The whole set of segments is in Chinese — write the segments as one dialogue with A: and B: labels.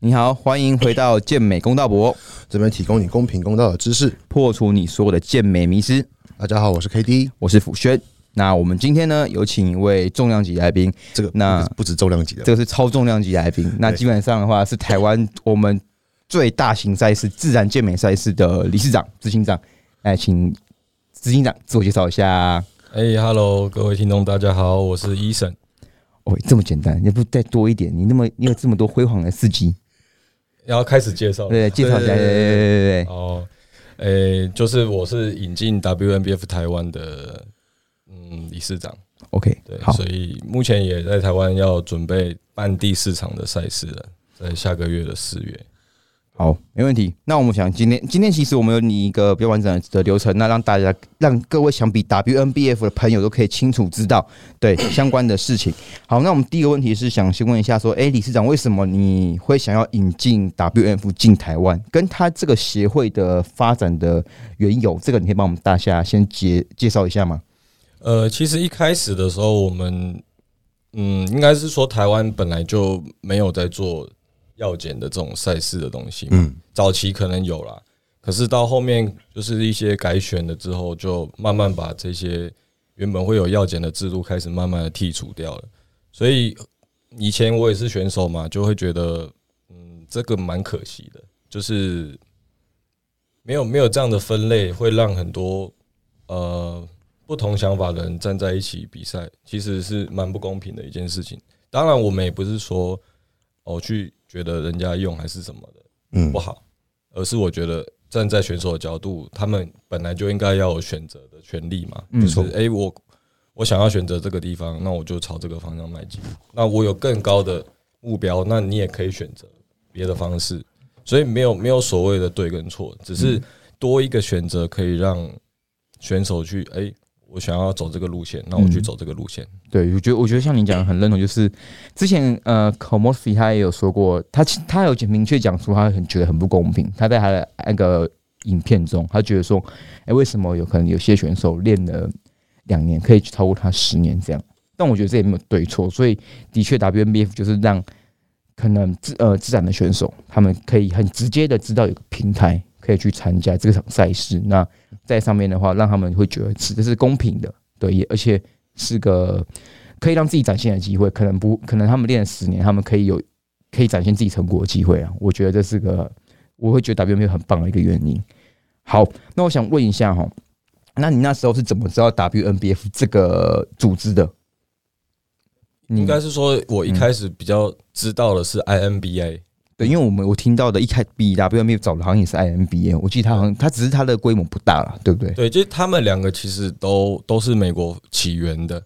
A: 你好，欢迎回到健美公道博，
B: 这边提供你公平公道的知识。
A: 破除你所有的健美迷思。
B: 大家好，我是 KD。
A: 我是辅轩。那我们今天呢，有请一位重量级来宾，
B: 这个
A: 那
B: 不止不止重量级的，
A: 这个是超重量级来宾。那基本上的话，是台湾我们最大型赛事自然健美赛事的理事长、执行长。哎，请执行长自我介绍一下。
C: 哎、h e l l o 各位听众，大家好，我是医生。
A: 哦，这么简单，要不再多一点？你那么你有这么多辉煌的事迹，
C: 要开始介绍了，
A: 对，介绍哦一下，对对对对对对，
C: 哦，哎、就是我是引进 WNBF 台湾的，嗯，理事长，
A: ，OK，
C: 对，
A: 好
C: 所以目前也在台湾要准备办第四场的赛事了，在下个月的四月。
A: 好，没问题。那我们想今天，今天其实我们有你一个比较完整的流程，那让大家让各位想比 WNBF 的朋友都可以清楚知道对 相关的事情。好，那我们第一个问题是想先问一下，说，哎、理事长，为什么你会想要引进 WNF 进台湾，跟他这个协会的发展的缘由，这个你可以帮我们大家先介介绍一下吗？
C: 呃，其实一开始的时候，我们，嗯，应该是说台湾本来就没有在做药检的这种赛事的东西嘛，
B: 嗯，
C: 早期可能有啦，可是到后面就是一些改选了之后，就慢慢把这些原本会有药检的制度开始慢慢的剔除掉了。所以以前我也是选手嘛，就会觉得，嗯，这个蛮可惜的，就是没有没有这样的分类，会让很多呃不同想法的人站在一起比赛，其实是蛮不公平的一件事情。当然，我们也不是说哦去觉得人家用还是什么的。
B: 嗯
C: 不好，而是我觉得站在选手的角度，他们本来就应该要有选择的权利嘛。
A: 嗯
C: 就是诶，我我想要选择这个地方，那我就朝这个方向迈进。那我有更高的目标，那你也可以选择别的方式。所以没有没有所谓的对跟错，只是
A: 嗯
C: 多一个选择可以让选手去诶，我想要走这个路线，那我去
A: 嗯
C: 走这个路线。
A: 对，我觉得我觉得像你讲的很认同，就是之前呃 c o m o s f i 他也有说过，他其他有明确讲出他很觉得很不公平，他在他的那个影片中，他觉得说，哎、为什么有可能有些选手练了两年可以超过他十年这样？但我觉得这也没有对错，所以的确 WNBF 就是让可能自呃自然的选手，他们可以很直接的知道有个平台可以去参加这场赛事，那在上面的话，让他们会觉得是这是公平的，对，也而且是个可以让自己展现的机会，可能不可能他们练了十年，他们可以有可以展现自己成果的机会啊。我觉得这是个我会觉得 WNBA 很棒的一个原因。好，那我想问一下哈，那你那时候是怎么知道 WNBF 这个组织的？你
C: 应该是说，我一开始比较知道的是 INBA，
A: 对，因为我们我听到的一开比 WNBA 早的好像也是 INBA，我记得他好像他只是他的规模不大了，对不对？
C: 对，就是他们两个其实都都是美国起源的，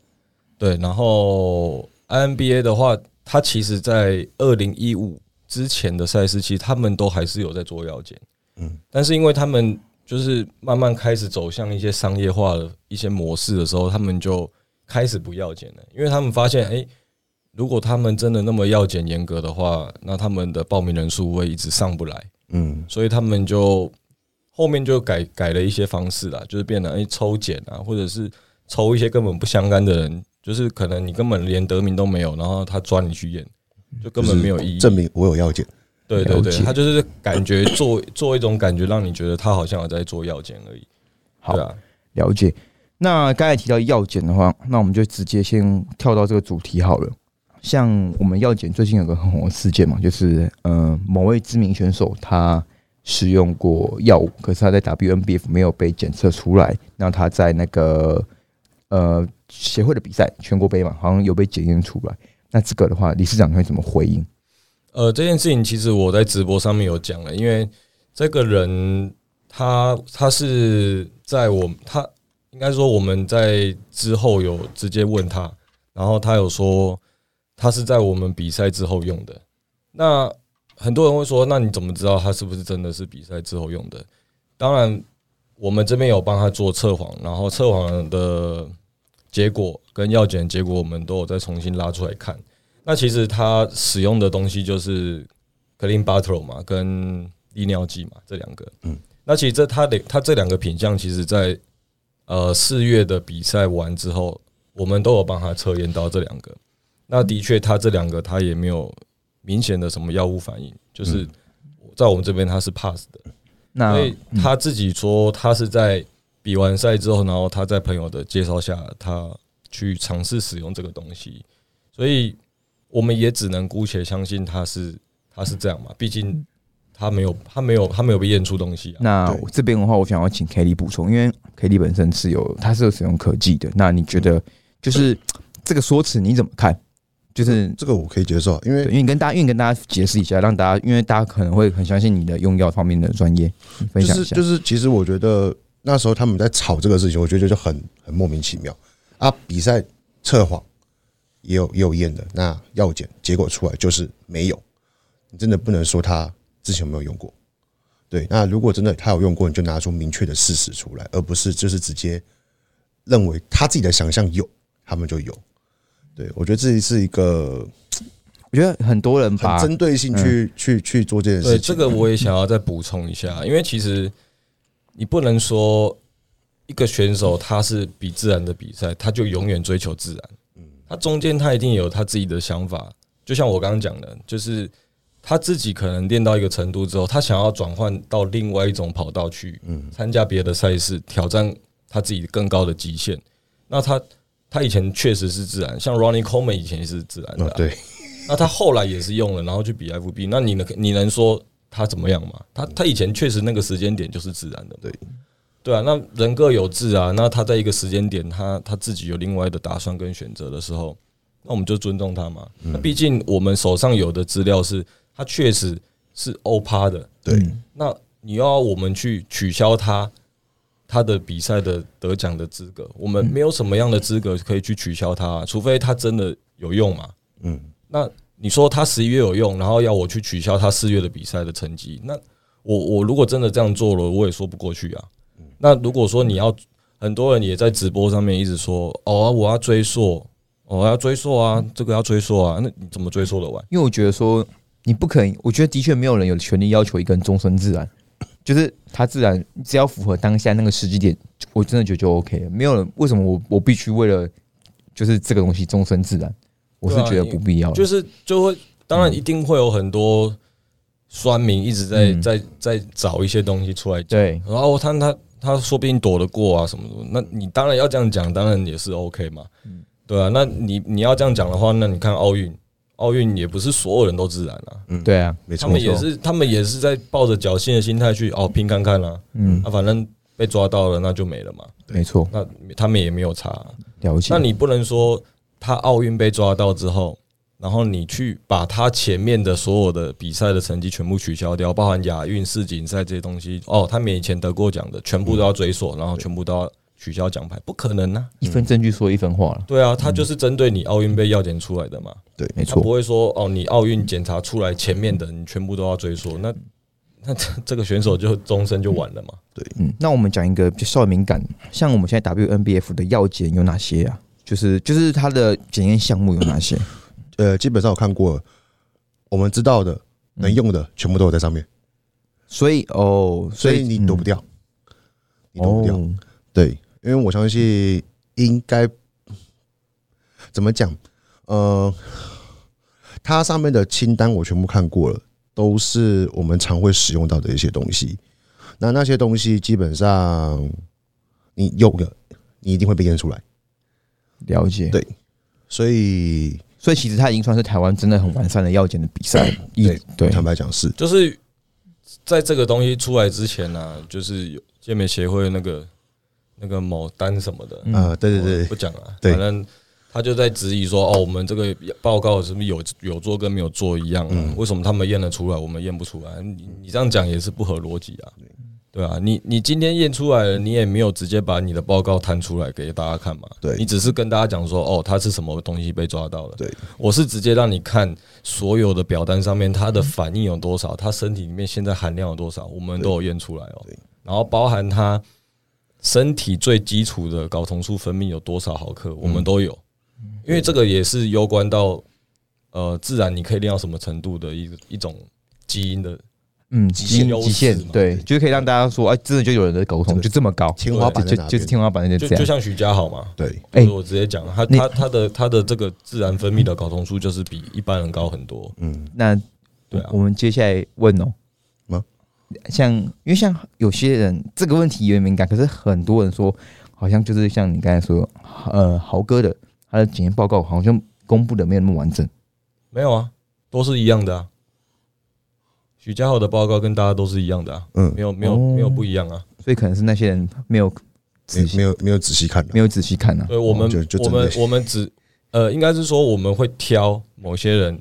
C: 对。然后 NBA 的话，它其实在二零一五之前的赛事，其实他们都还是有在做药检，
B: 嗯
C: 嗯。但是因为他们就是慢慢开始走向一些商业化的一些模式的时候，他们就开始不药检了，因为他们发现，哎、如果他们真的那么药检严格的话，那他们的报名人数会一直上不来。
B: 嗯
C: 所以他们就后面就改改了一些方式啦，就是变成哎、抽检啊，或者是抽一些根本不相干的人，就是可能你根本连得名都没有，然后他抓你去验，就根本没有意义。
B: 证明我有药检。
C: 对对
A: 了
C: 对
A: 解，
C: 他就是感觉做做一种感觉，让你觉得他好像有在做药检而已。
A: 好
C: 对啊，
A: 了解。那刚才提到药检的话，那我们就直接先跳到这个主题好了。像我们药检最近有个很红的事件嘛，就是呃某位知名选手他使用过药物，可是他在 WNBF 没有被检测出来，那他在那个呃协会的比赛全国杯嘛，好像有被检验出来。那这个的话，理事长会怎么回应？
C: 呃，这件事情其实我在直播上面有讲了，因为这个人他他是在我他应该说我们在之后有直接问他，然后他有说他是在我们比赛之后用的。那很多人会说，那你怎么知道他是不是真的是比赛之后用的？当然，我们这边有帮他做测谎，然后测谎的结果跟药检的结果，我们都有再重新拉出来看。那其实他使用的东西就是 clean bottle 嘛，跟利尿剂嘛，这两个。
B: 嗯
C: 嗯，那其实这他的他这两个品相，其实在呃四月的比赛完之后，我们都有帮他测验到这两个。那的确，他这两个他也没有明显的什么药物反应，就是在我们这边他是 pass 的，
A: 那嗯
C: 所以他自己说他是在比完赛之后，然后他在朋友的介绍下，他去尝试使用这个东西，所以我们也只能姑且相信他是他是这样嘛，毕竟他没有他没有他没有被验出东西啊。
A: 那
B: 对
A: 这边的话，我想要请 k d 补充，因为 k d 本身是有他是有使用科技的。那你觉
B: 嗯
A: 得就是这个说辞你怎么看？就是
B: 这个我可以接受，
A: 对，
B: 因为
A: 因为你跟大家，因为你跟大家解释一下，让大家，因为大家可能会很相信你的用药方面的专业，你分
B: 就
A: 享一
B: 是
A: 下。
B: 就是，其实我觉得那时候他们在吵这个事情，我觉得就很很莫名其妙啊。比赛测谎也有也有验的，那药检结果出来就是没有，你真的不能说他之前有没有用过。对，那如果真的他有用过，你就拿出明确的事实出来，而不是就是直接认为他自己的想象有，他们就有。对，我觉得这是一个
A: 我觉得很多人把嗯
B: 很针对性去、去去做这件事
C: 对
B: 情。啊嗯
C: 这个我也想要再补充一下，因为其实你不能说一个选手他是比自然的比赛，他就永远追求自然。
B: 嗯
C: 他中间他一定有他自己的想法，就像我刚刚讲的，就是他自己可能练到一个程度之后，他想要转换到另外一种跑道去，
B: 嗯
C: 参加别的赛事，挑战他自己更高的极限。那他他以前确实是自然，像 Ronnie Coleman 以前也是自然的、
B: 嗯
C: 啊，
B: 对，
C: 那他后来也是用了，然后去比 FB，那你能你能说他怎么样吗？他他以前确实那个时间点就是自然的嘛，
B: 对
C: 对啊，那人各有志啊，那他在一个时间点，他他自己有另外的打算跟选择的时候，那我们就尊重他嘛。
B: 嗯
C: 那毕竟我们手上有的资料是，他确实是欧趴的，
B: 对，
C: 那你要我们去取消他他的比赛的得奖的资格，我
B: 嗯
C: 们没有什么样的资格可以去取消他、啊除非他真的有用嘛。
B: 嗯。
C: 那你说他十一月有用，然后要我去取消他四月的比赛的成绩，那我我如果真的这样做了，我也说不过去啊。那如果说你要，很多人也在直播上面一直说，哦，我要追溯，我、要追溯啊，这个要追溯啊，那你怎么追溯的完？
A: 因为我觉得说你不可能，我觉得的确没有人有权利要求一个人终身自然， 就是他自然只要符合当下那个时机点，我真的觉得就 OK 了。没有人为什么我我必须为了就是这个东西终身自然，我是
C: 对啊
A: 觉得
C: 你
A: 不必要的。
C: 就是就会，当然一定会有很多酸民一直在、
A: 嗯
C: 在在找一些东西出来讲，
B: 啊
A: 对，
C: 然后他他他说不定躲得过啊什么的，那你当然要这样讲，当然也是 OK 嘛，对啊，那你你要这样讲的话，那你看奥运，奥运也不是所有人都自然啊，
A: 对啊，
B: 没
C: 他
B: 错，
C: 们也是他们也是在抱着侥幸的心态去哦拼看看啦、啊，
A: 嗯，
C: 反正被抓到了那就没了嘛，
A: 没错，
C: 那他们也没有差啊、
A: 了解。
C: 那你不能说他奥运被抓到之后，然后你去把他前面的所有的比赛的成绩全部取消掉，包含亚运、世锦赛这些东西，哦，他们以前得过奖的全部都要追溯，然后全部都要取消奖牌，不可能啊！
A: 一分证据说一分话了，
C: 对啊，他就是针对你奥运被药检出来的嘛，
B: 对，
A: 没
C: 他
A: 错
C: 不。会说哦，你奥运检查出来前面的你全部都要追溯，那那这这个选手就终身就完了嘛。
A: 嗯，那我们讲一个比较稍微敏感，像我们现在 WNBF 的药检有哪些啊？就是就是它的检验项目有哪些？嗯
B: 呃，基本上我看过，我们知道的、能用的全部都有在上面，
A: 嗯所以哦，
B: 所以你躲
A: 嗯
B: 不掉，你躲不掉。
A: 哦
B: 对，因为我相信应该怎么讲，呃，它上面的清单我全部看过了，都是我们常会使用到的一些东西。那那些东西基本上你用了，你一定会被验出来，
A: 了解。
B: 对所以
A: 所以其实它已经算是台湾真的很完善的药检的比赛。一对
B: 坦白讲是
C: 就是在这个东西出来之前呢、就是有健美协会那个那个某丹什么的，
A: 嗯
B: 啊、对对对
C: 我，不讲了，
B: 对
C: 反正他就在质疑说，哦，我们这个报告是不是有有做跟没有做一样、啊？
B: 嗯
C: 为什么他们验得出来，我们验不出来？你你这样讲也是不合逻辑啊。对啊，你你今天验出来了，你也没有直接把你的报告摊出来给大家看嘛？
B: 对
C: 你只是跟大家讲说，哦，他是什么东西被抓到了。
B: 对，
C: 我是直接让你看所有的表单上面它的反应有多少，它身体里面现在含量有多少，我们都有验出来哦。然后包含它身体最基础的睾酮素分泌有多少毫克，
B: 嗯
C: 我们都有，因为这个也是攸关到呃自然你可以练到什么程度的一一种基因的
A: 嗯，
C: 极
A: 极
C: 限
A: 限
C: 优势
A: 极限
C: 嘛
A: 对，就是可以让大家说，哎，真的就有人的沟通就这么高，
B: 天花板在
A: 就
B: 哪边？
A: 就是天花板就
C: 就
A: 这
C: 就
A: 样。
C: 像徐家豪嘛，
B: 对，
A: 哎
C: 就是我直接讲，他
A: 你
C: 他他的他的这个自然分泌的睾酮素就是比一般人高很多，
B: 嗯，
A: 那
C: 对啊
A: 我们接下来问哦、
B: 吗
A: 像因为像有些人这个问题有点敏感，可是很多人说好像就是像你刚才说，呃，豪哥的他的检验报告好像公布的没有那么完整。
C: 没有啊，都是一样的啊。许家豪的报告跟大家都是一样的啊，
B: 嗯，
C: 没有没有
A: 哦
C: 没有不一样啊。
A: 所以可能是那些人没有仔
B: 没
A: 细
B: 没有没有仔细看啊
A: 没有仔细看啊。
C: 对我们
B: 就就
C: 我
B: 真的
C: 们我们只呃，应该是说我们会挑某些人，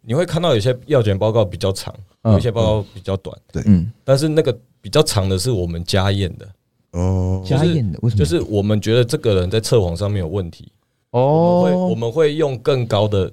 C: 你会看到有些药检报告比较长，
A: 嗯
C: 有一些报告比较短，
A: 嗯，
C: 但是那个比较长的是我们加验的，
B: 哦，
A: 加验的为什么？
C: 就是我们觉得这个人在测谎上面有问题，我们会我
A: 哦，
C: 们会用更高的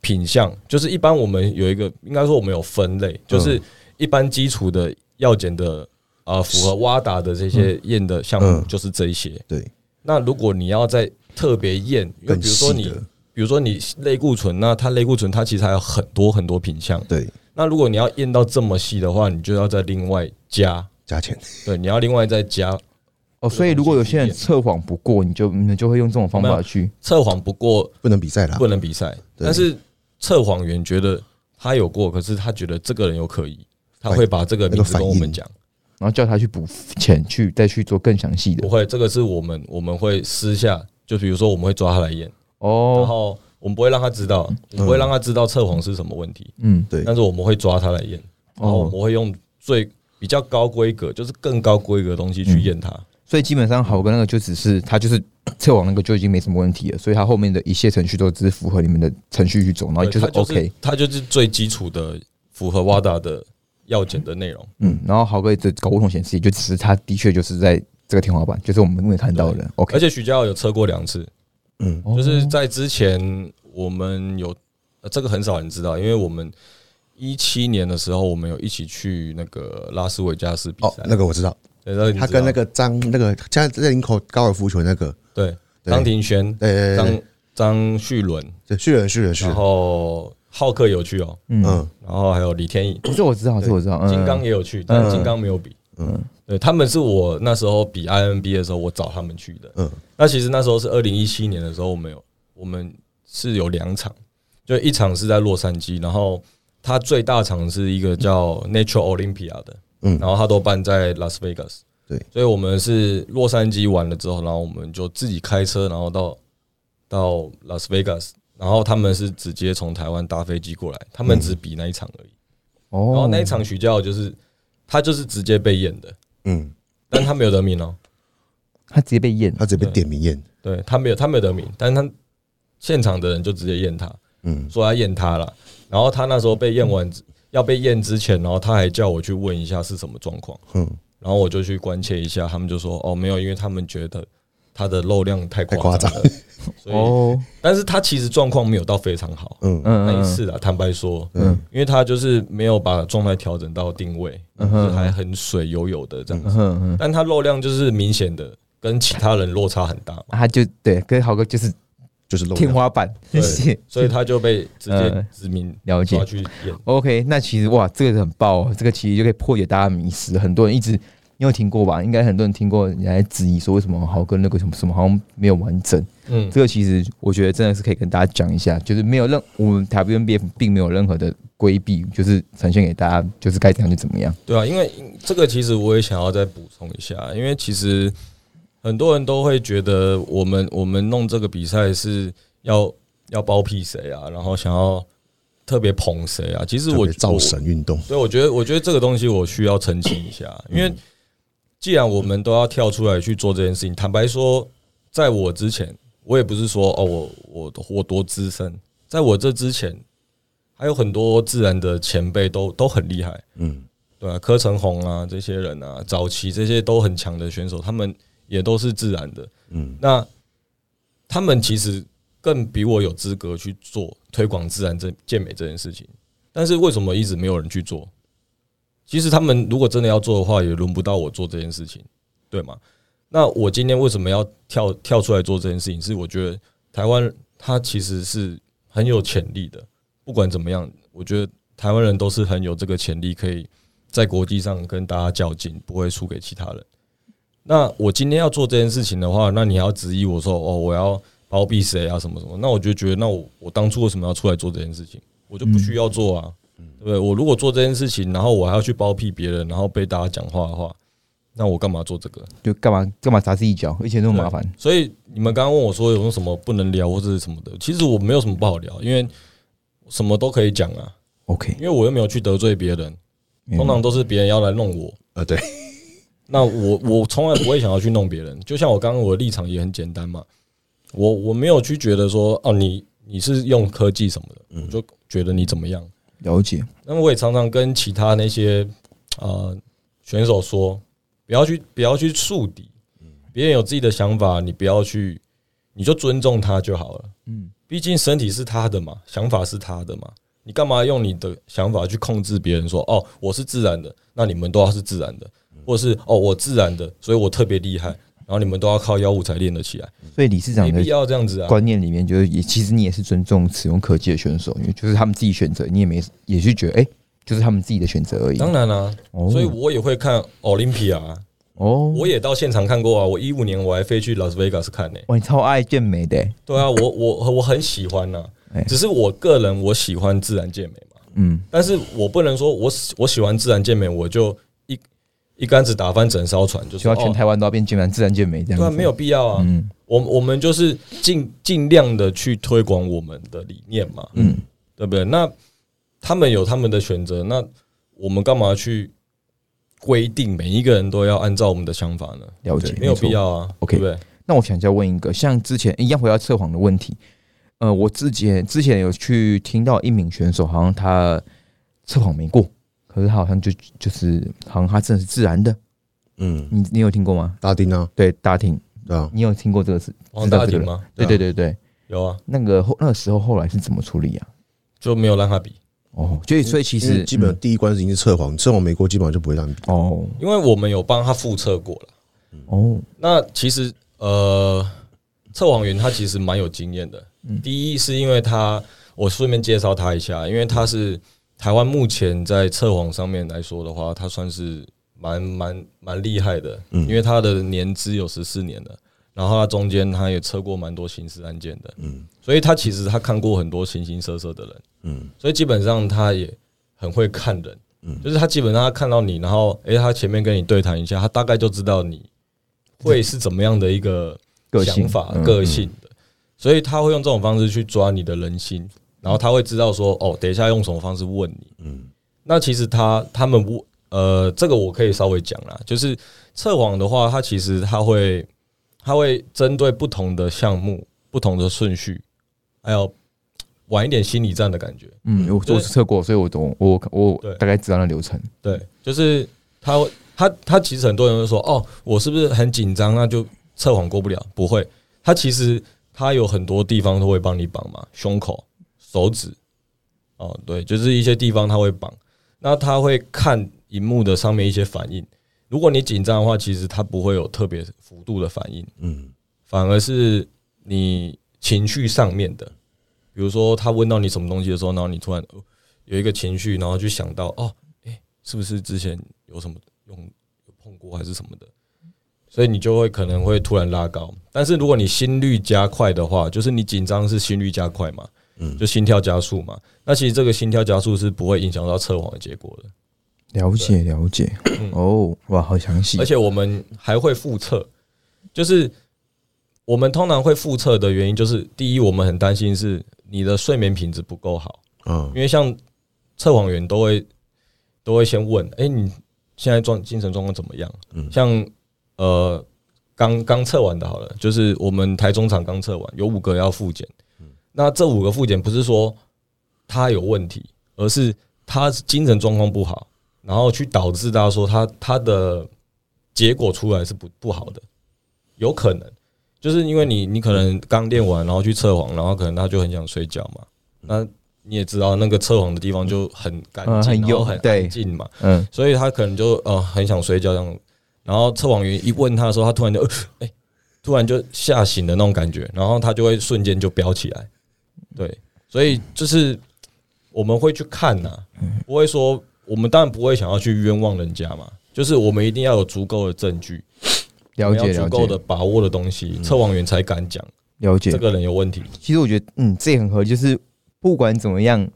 C: 品相，就是一般我们有一个，应该说我们有分类，
B: 嗯
C: 就是一般基础的药检的啊、呃符合挖达的这些验的项目
B: 嗯
C: 就是这一些。
B: 对，
C: 那如果你要再特别验，因为
B: 更
C: 比如说
B: 细
C: 你，
B: 的，
C: 比如说你类固醇，那它类固醇它其实还有很多很多品相。
B: 对，
C: 那如果你要验到这么细的话，你就要再另外加，
B: 加钱，
C: 对，你要另外再加
A: 哦，所以如果有些人测谎不过，你就你就会用这种方法去
C: 测谎，不过
B: 不能比赛啦
C: 不。能比赛。
B: 对
C: 但是测谎员觉得他有过，可是他觉得这个人有可疑，他会把这个名字跟我们讲。
A: 然后叫他去补钱，去再去做更详细
C: 不
A: 的。
C: 会，这个是我们我们会私下，就比如说我们会抓他来验，然
A: 哦，
C: 后我们不会让他知道，我们不会让他知道测谎是什么问题，
A: 嗯，
B: 对，
C: 但是我们会抓他来验，然后我
A: 哦，
C: 们会用最比较高规格，就是更高规格的东西去验他。
A: 所以基本上好哥那个就只是他就是测谎那个就已经没什么问题了，所以他后面的一切程序都只是符合你们的程序去走，然后
C: 对
A: 哦就是
C: 他
A: OK，
C: 他就是最基础的符合 WADA 的药检的内容。
A: 嗯，然后好哥的搞不同显示，也就只是他的确就是在这个天花板，就是我们没看到的
C: 而
A: ，OK，哦
C: 且许家豪有测过两次，
B: 嗯，
C: 就是在之前我们有、呃这个很少人知道，因为我们一七年的时候，我们有一起去那个拉斯维加斯比
B: 哦
C: 赛，，
B: 那个我知道，
C: 对那你
B: 他
C: 知道
B: 跟那个张那个现在在林口高尔夫球那个，
C: 对
B: 对
C: 张庭轩、
B: 对对对
C: 张张旭伦，
B: 对，旭人旭人旭
C: 然
B: 人，
C: 后浩克有去哦，
A: 嗯，哦
B: 嗯，
C: 然后还有李天翼、
A: 这我知道，这我知道，嗯
C: 金刚也有去，但金刚没有比。
B: 嗯
C: 嗯，对，他们是我那时候比 INB 的时候，我找他们去的。
B: 嗯
C: 嗯，那其实那时候是二零一七年的时候，我们有我们是有两场，就一场是在洛杉矶，然后它最大场是一个叫 Natural Olympia 的，
B: 嗯
C: 嗯，然后它都办在 Las Vegas。
B: 对，
C: 所以我们是洛杉矶完了之后，然后我们就自己开车，然后到到 Las Vegas，然后他们是直接从台湾搭飞机过来，他们只比那一场而已。
A: 哦，
C: 然后那一场许家豪就是他就是直接被验的，
B: 嗯，
C: 但他没有得名哦，
A: 他直接被验，
B: 他直接被点名验，
C: 对他没有他没有得名，但他现场的人就直接验他，
B: 嗯，
C: 说要验他了。然后他那时候被验完要被验之前，然后他还叫我去问一下是什么状况，
B: 嗯，
C: 然后我就去关切一下，他们就说哦没有，因为他们觉得他的漏量太
B: 太夸
C: 夸
B: 张
C: 张了， 所以
A: 哦，
C: 但是他其实状况没有到非常好，
B: 嗯
A: 嗯
C: 那一
A: 嗯，
C: 次啦，坦白说，
A: 嗯
C: 嗯，因为他就是没有把状态调整到定位，
A: 嗯
C: 嗯、
A: 哼
C: 就是还很水油油的这样
A: 嗯
C: 子，
A: 哼嗯，
C: 但他肉量就是明显的跟其他人落差很 大嘛，
A: 他就对，跟豪哥就是
B: 就是漏
A: 天
B: 掉，
A: 花板，
C: 对
A: 是
C: 所以他就被直接
B: 呃
A: 嗯
C: 指名
A: 了解
C: 抓。去演。
A: OK，那其实哇，这个很爆、哦，这个其实就可以破解大家迷思。很多人一直，你有听过吧？应该很多人听过，人家在质疑说为什么豪哥那个什么什么好像没有完整。
C: 嗯，
A: 这个其实我觉得真的是可以跟大家讲一下，就是没有任我们 WNBF 并没有任何的规避，就是呈现给大家就是该怎样就怎么样。
C: 对啊，因为这个其实我也想要再补充一下，因为其实很多人都会觉得我们我们弄这个比赛是要要包庇谁啊，然后想要特别捧谁啊，其实
B: 特
C: 我
B: 别造
C: 我
B: 神运动，
C: 所以我觉得，我觉得这个东西我需要澄清一下，因为既然我们都要跳出来去做这件事情，坦白说，在我之前，我也不是说哦，我我我多资深，在我这之前，还有很多自然的前辈都都很厉害，
B: 嗯，
C: 对啊，柯晨红啊这些人啊，早期这些都很强的选手，他们也都是自然的，
B: 嗯
C: 嗯，那他们其实更比我有资格去做推广自然这健美这件事情，但是为什么一直没有人去做？其实他们如果真的要做的话，也轮不到我做这件事情，对吗？那我今天为什么要跳跳出来做这件事情？是我觉得台湾它其实是很有潜力的，不管怎么样，我觉得台湾人都是很有这个潜力，可以在国际上跟大家较劲，不会输给其他人。那我今天要做这件事情的话，那你还要质疑我说哦，我要包庇谁啊，什么什么？那我就觉得，那我我当初为什么要出来做这件事情？我就不需要做啊。对不对？我如果做这件事情，然后我还要去包庇别人，然后被大家讲话的话，那我干嘛做这个？
A: 就干嘛干嘛砸自己脚，而且那么麻烦。
C: 所以你们刚刚问我说有没有什么不能聊或者是什么的，其实我没有什么不好聊，因为什么都可以讲啊，
A: OK，
C: 因为我又没有去得罪别人，
A: 嗯
C: 通常都是别人要来弄我，
B: 呃，对，
C: 那我我从来不会想要去弄别人。就像我刚刚我的立场也很简单嘛，我我没有去觉得说哦你你是用科技什么
A: 嗯
C: 的，我就觉得你怎么样。
A: 了解，
C: 那么我也常常跟其他那些呃选手说，不要去不要去树敌，
A: 嗯
C: 别人有自己的想法，你不要去，你就尊重他就好了。
A: 嗯，
C: 毕竟身体是他的嘛，想法是他的嘛，你干嘛用你的想法去控制别人说哦我是自然的，那你们都要是自然的，
A: 嗯
C: 或者是哦我自然的，所以我特别厉害，然后你们都要靠幺五才练得起来，
A: 所以理事长
C: 没
A: 的
C: 必要这样子啊。
A: 观念里面，就是也其实你也是尊重使用科技的选手，因为就是他们自己选择，你也没也是觉得哎、就是他们自己的选择而已。
C: 当然啦、
A: 哦
C: 所以我也会看啊奥林匹亚。
A: 哦，
C: 我也到现场看过啊！我一五年我还飞去拉斯维加斯看呢、
A: 哇，你超爱健美的、欸，
C: 对啊，我我我很喜欢呐、
A: 哎
C: 只是我个人我喜欢自然健美嘛，
A: 嗯，
C: 但是我不能说我喜我喜欢自然健美，我就一一竿子打翻整艘船，就
A: 希
C: 是
A: 望全
C: 哦，
A: 台湾都要变健美自然健美这样子。
C: 对啊，没有必要啊。
A: 嗯
C: 我我们就是尽尽量的去推广我们的理念嘛，
A: 嗯，
C: 对不对？那他们有他们的选择，那我们干嘛去规定每一个人都要按照我们的想法呢？
A: 了解，
C: 没有
A: 错
C: 必。要啊
A: OK
C: 对不对？
A: 那我想再问一个，像之前一样回到测谎的问题，呃，我之前之前有去听到一名选手，好像他测谎没过，可是他好像就就是好像他真的是自然的，
B: 嗯，
A: 你你有听过吗？
B: 大丁啊，
A: 对，大庭，
B: 对啊，
A: 你有听过这个事？
C: 王
A: 知道
C: 大
A: 这个
C: 景
A: 人
C: 吗？
A: 对
B: 对啊
A: 对对对，
C: 有啊，
A: 那个后那个时候后来是怎么处理啊？
C: 就没有让他比，
A: 哦，所以所以其
B: 因为
A: 实
B: 基本上
A: 嗯
B: 第一关已经是测谎，测谎没过，基本上就不会让你比。
A: 哦
C: 因为我们有帮他复测过了。
A: 哦
C: 那其实呃，测谎员他其实蛮有经验的。
A: 嗯
C: 第一是因为他，我顺便介绍他一下，因为他是台湾目前在测谎上面来说的话，他算是蛮蛮蛮厉害的，
A: 嗯
C: 因为他的年资有十四年了。然后他中间他也测过蛮多刑事案件的，嗯，所以他其实他看过很多形形色色的人，
B: 嗯，
C: 所以基本上他也很会看人，
A: 嗯
C: 就是他基本上他看到你，然后诶、他前面跟你对谈一下，他大概就知道你会是怎么样的一个
A: 个性
C: 想法、
A: 嗯
C: 个性的，所以他会用这种方式去抓你的人心，然后他会知道说，哦，等一下用什么方式问你。
B: 嗯
C: 那其实他他们不呃，这个我可以稍微讲啦，就是测谎的话，它其实它会它会针对不同的项目、不同的顺序，还有晚一点心理战的感觉。
A: 嗯，我
C: 就是
A: 我是测过，所以我懂，我我
C: 对
A: 大概知道那流程。
C: 对，就是他他他其实很多人会说，哦，我是不是很紧张？那就测谎过不了，不会。他其实他有很多地方都会帮你绑嘛，胸口、手指，哦，对，就是一些地方他会绑。那他会看荧幕的上面一些反应。如果你紧张的话，其实他不会有特别幅度的反应，
B: 嗯
C: 反而是你情绪上面的，比如说他问到你什么东西的时候，然后你突然呃有一个情绪，然后就想到哦，诶，是不是之前有什么用有碰过还是什么的，所以你就会可能会突然拉高。但是如果你心率加快的话，就是你紧张是心率加快嘛，
B: 嗯
C: 就心跳加速嘛，那其实这个心跳加速是不会影响到测谎的结果的，
A: 了解了解，哦哇，好详细
C: 嗯而，且我们还会复测，就是我们通常会复测的原因就是，第一，我们很担心是你的睡眠品质不够好，
B: 啊
C: 因为像测谎员都会都会先问，哎、你现在状精神状况怎么样？
B: 嗯
C: 像呃，刚刚测完的好了，就是我们台中场刚测完，有五个要复检，那这五个复检不是说他有问题，而是他精神状况不好，然后去导致大家说他他的结果出来是不不好的，有可能。就是因为你，你可能刚练完，然后去测谎，然后可能他就很想睡觉嘛。那你也知道，那个测谎的地方就很干
A: 嗯
C: 净，
A: 很
C: 然后
A: 幽
C: 很
A: 对
C: 安静嘛，
A: 嗯，
C: 所以他可能就呃很想睡觉这样。然后测谎员一问他的时候，他突然就哎、呃哎突然就吓醒的那种感觉，然后他就会瞬间就飙起来。对，所以就是我们会去看呐、不会说我们当然不会想要去冤枉人家嘛，就是我们一定要有足够的证据，我
A: 了
C: 们
A: 解
C: 要
A: 了
C: 足够的
A: 解
C: 把握的东西，测谎员才敢讲
A: 了
C: 这
A: 解。
C: 个人有问题。
A: 其实我觉得，嗯，这也很合理，就是不管怎么样，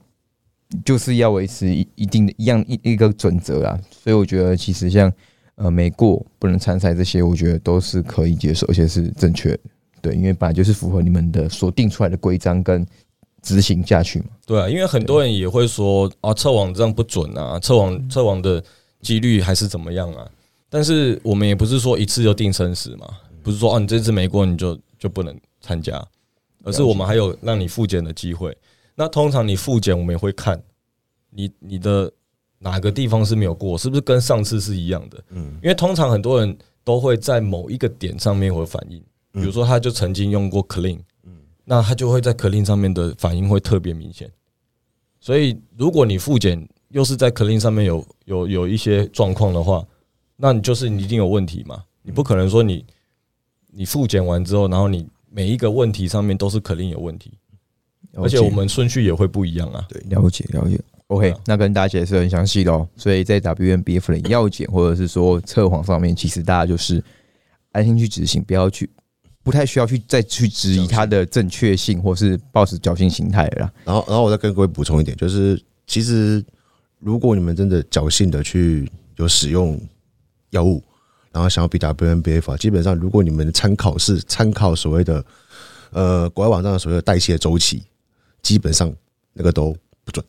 A: 就是要维持一一定的一样一一个准则啊。所以我觉得其实像呃没过不能参赛这些，我觉得都是可以接受，而且是正确的。对，因为本来就是符合你们的所定出来的规章跟执行下去嘛。
C: 对啊，因为很多人也会说啊，测网这样不准啊，测网测网的几率还是怎么样啊。但是我们也不是说一次就定生死嘛，不是说啊你这次没过你就就不能参加，而是我们还有让你复检的机会。那通常你复检我们也会看你你的哪个地方是没有过，是不是跟上次是一样的？
B: 嗯
C: 因为通常很多人都会在某一个点上面会反应，比如说他就曾经用过 clean，那他就会在 clean 上面的反应会特别明显。所以如果你复检又是在 clean 上面有有有一些状况的话，那你就是你一定有问题嘛，你不可能说你你复检完之后，然后你每一个问题上面都是 clean 有问题，而且我们顺序也会不一样啊。
A: 了解了解。OK，
C: 啊
A: 那跟大家解释得很详细喽。所以在 WNBF 的药检或者是说测谎上面，其实大家就是安心去执行，不要去，不太需要去再去质疑它的正确性，或是抱持侥幸心态了啦。
B: 然后，然后我再跟各位补充一点，就是其实如果你们真的侥幸的去有使用药物，然后想要比 WNBA 法，基本上如果你们的参考是参考所谓的呃国外网站所谓的代谢周期，基本上那个都不准。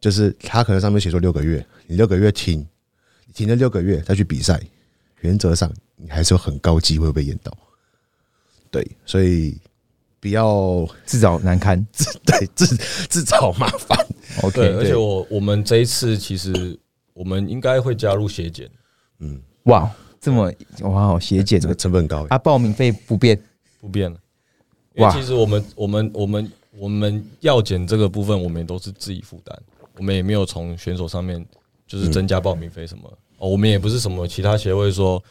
B: 就是它可能上面写说六个月，你六个月停，停了六个月再去比赛，原则上你还是有很高机会被验到。对，所以不要
A: 至少难堪。
B: 对，自自找麻烦。
A: OK，
C: 对，而且我我们这一次其实我们应该会加入血检，
A: 哇，这么哇好斜减
B: 这个
A: 的
B: 成本很高，欸
A: 啊，报名费不变。
C: 不变了。因为
A: 哇
C: 其实我们我们我们我们药检这个部分，我们也都是自己负担，我们也没有从选手上面
B: 嗯
C: 就是增加报名费什么、哦，我们也不是什么其他协会说，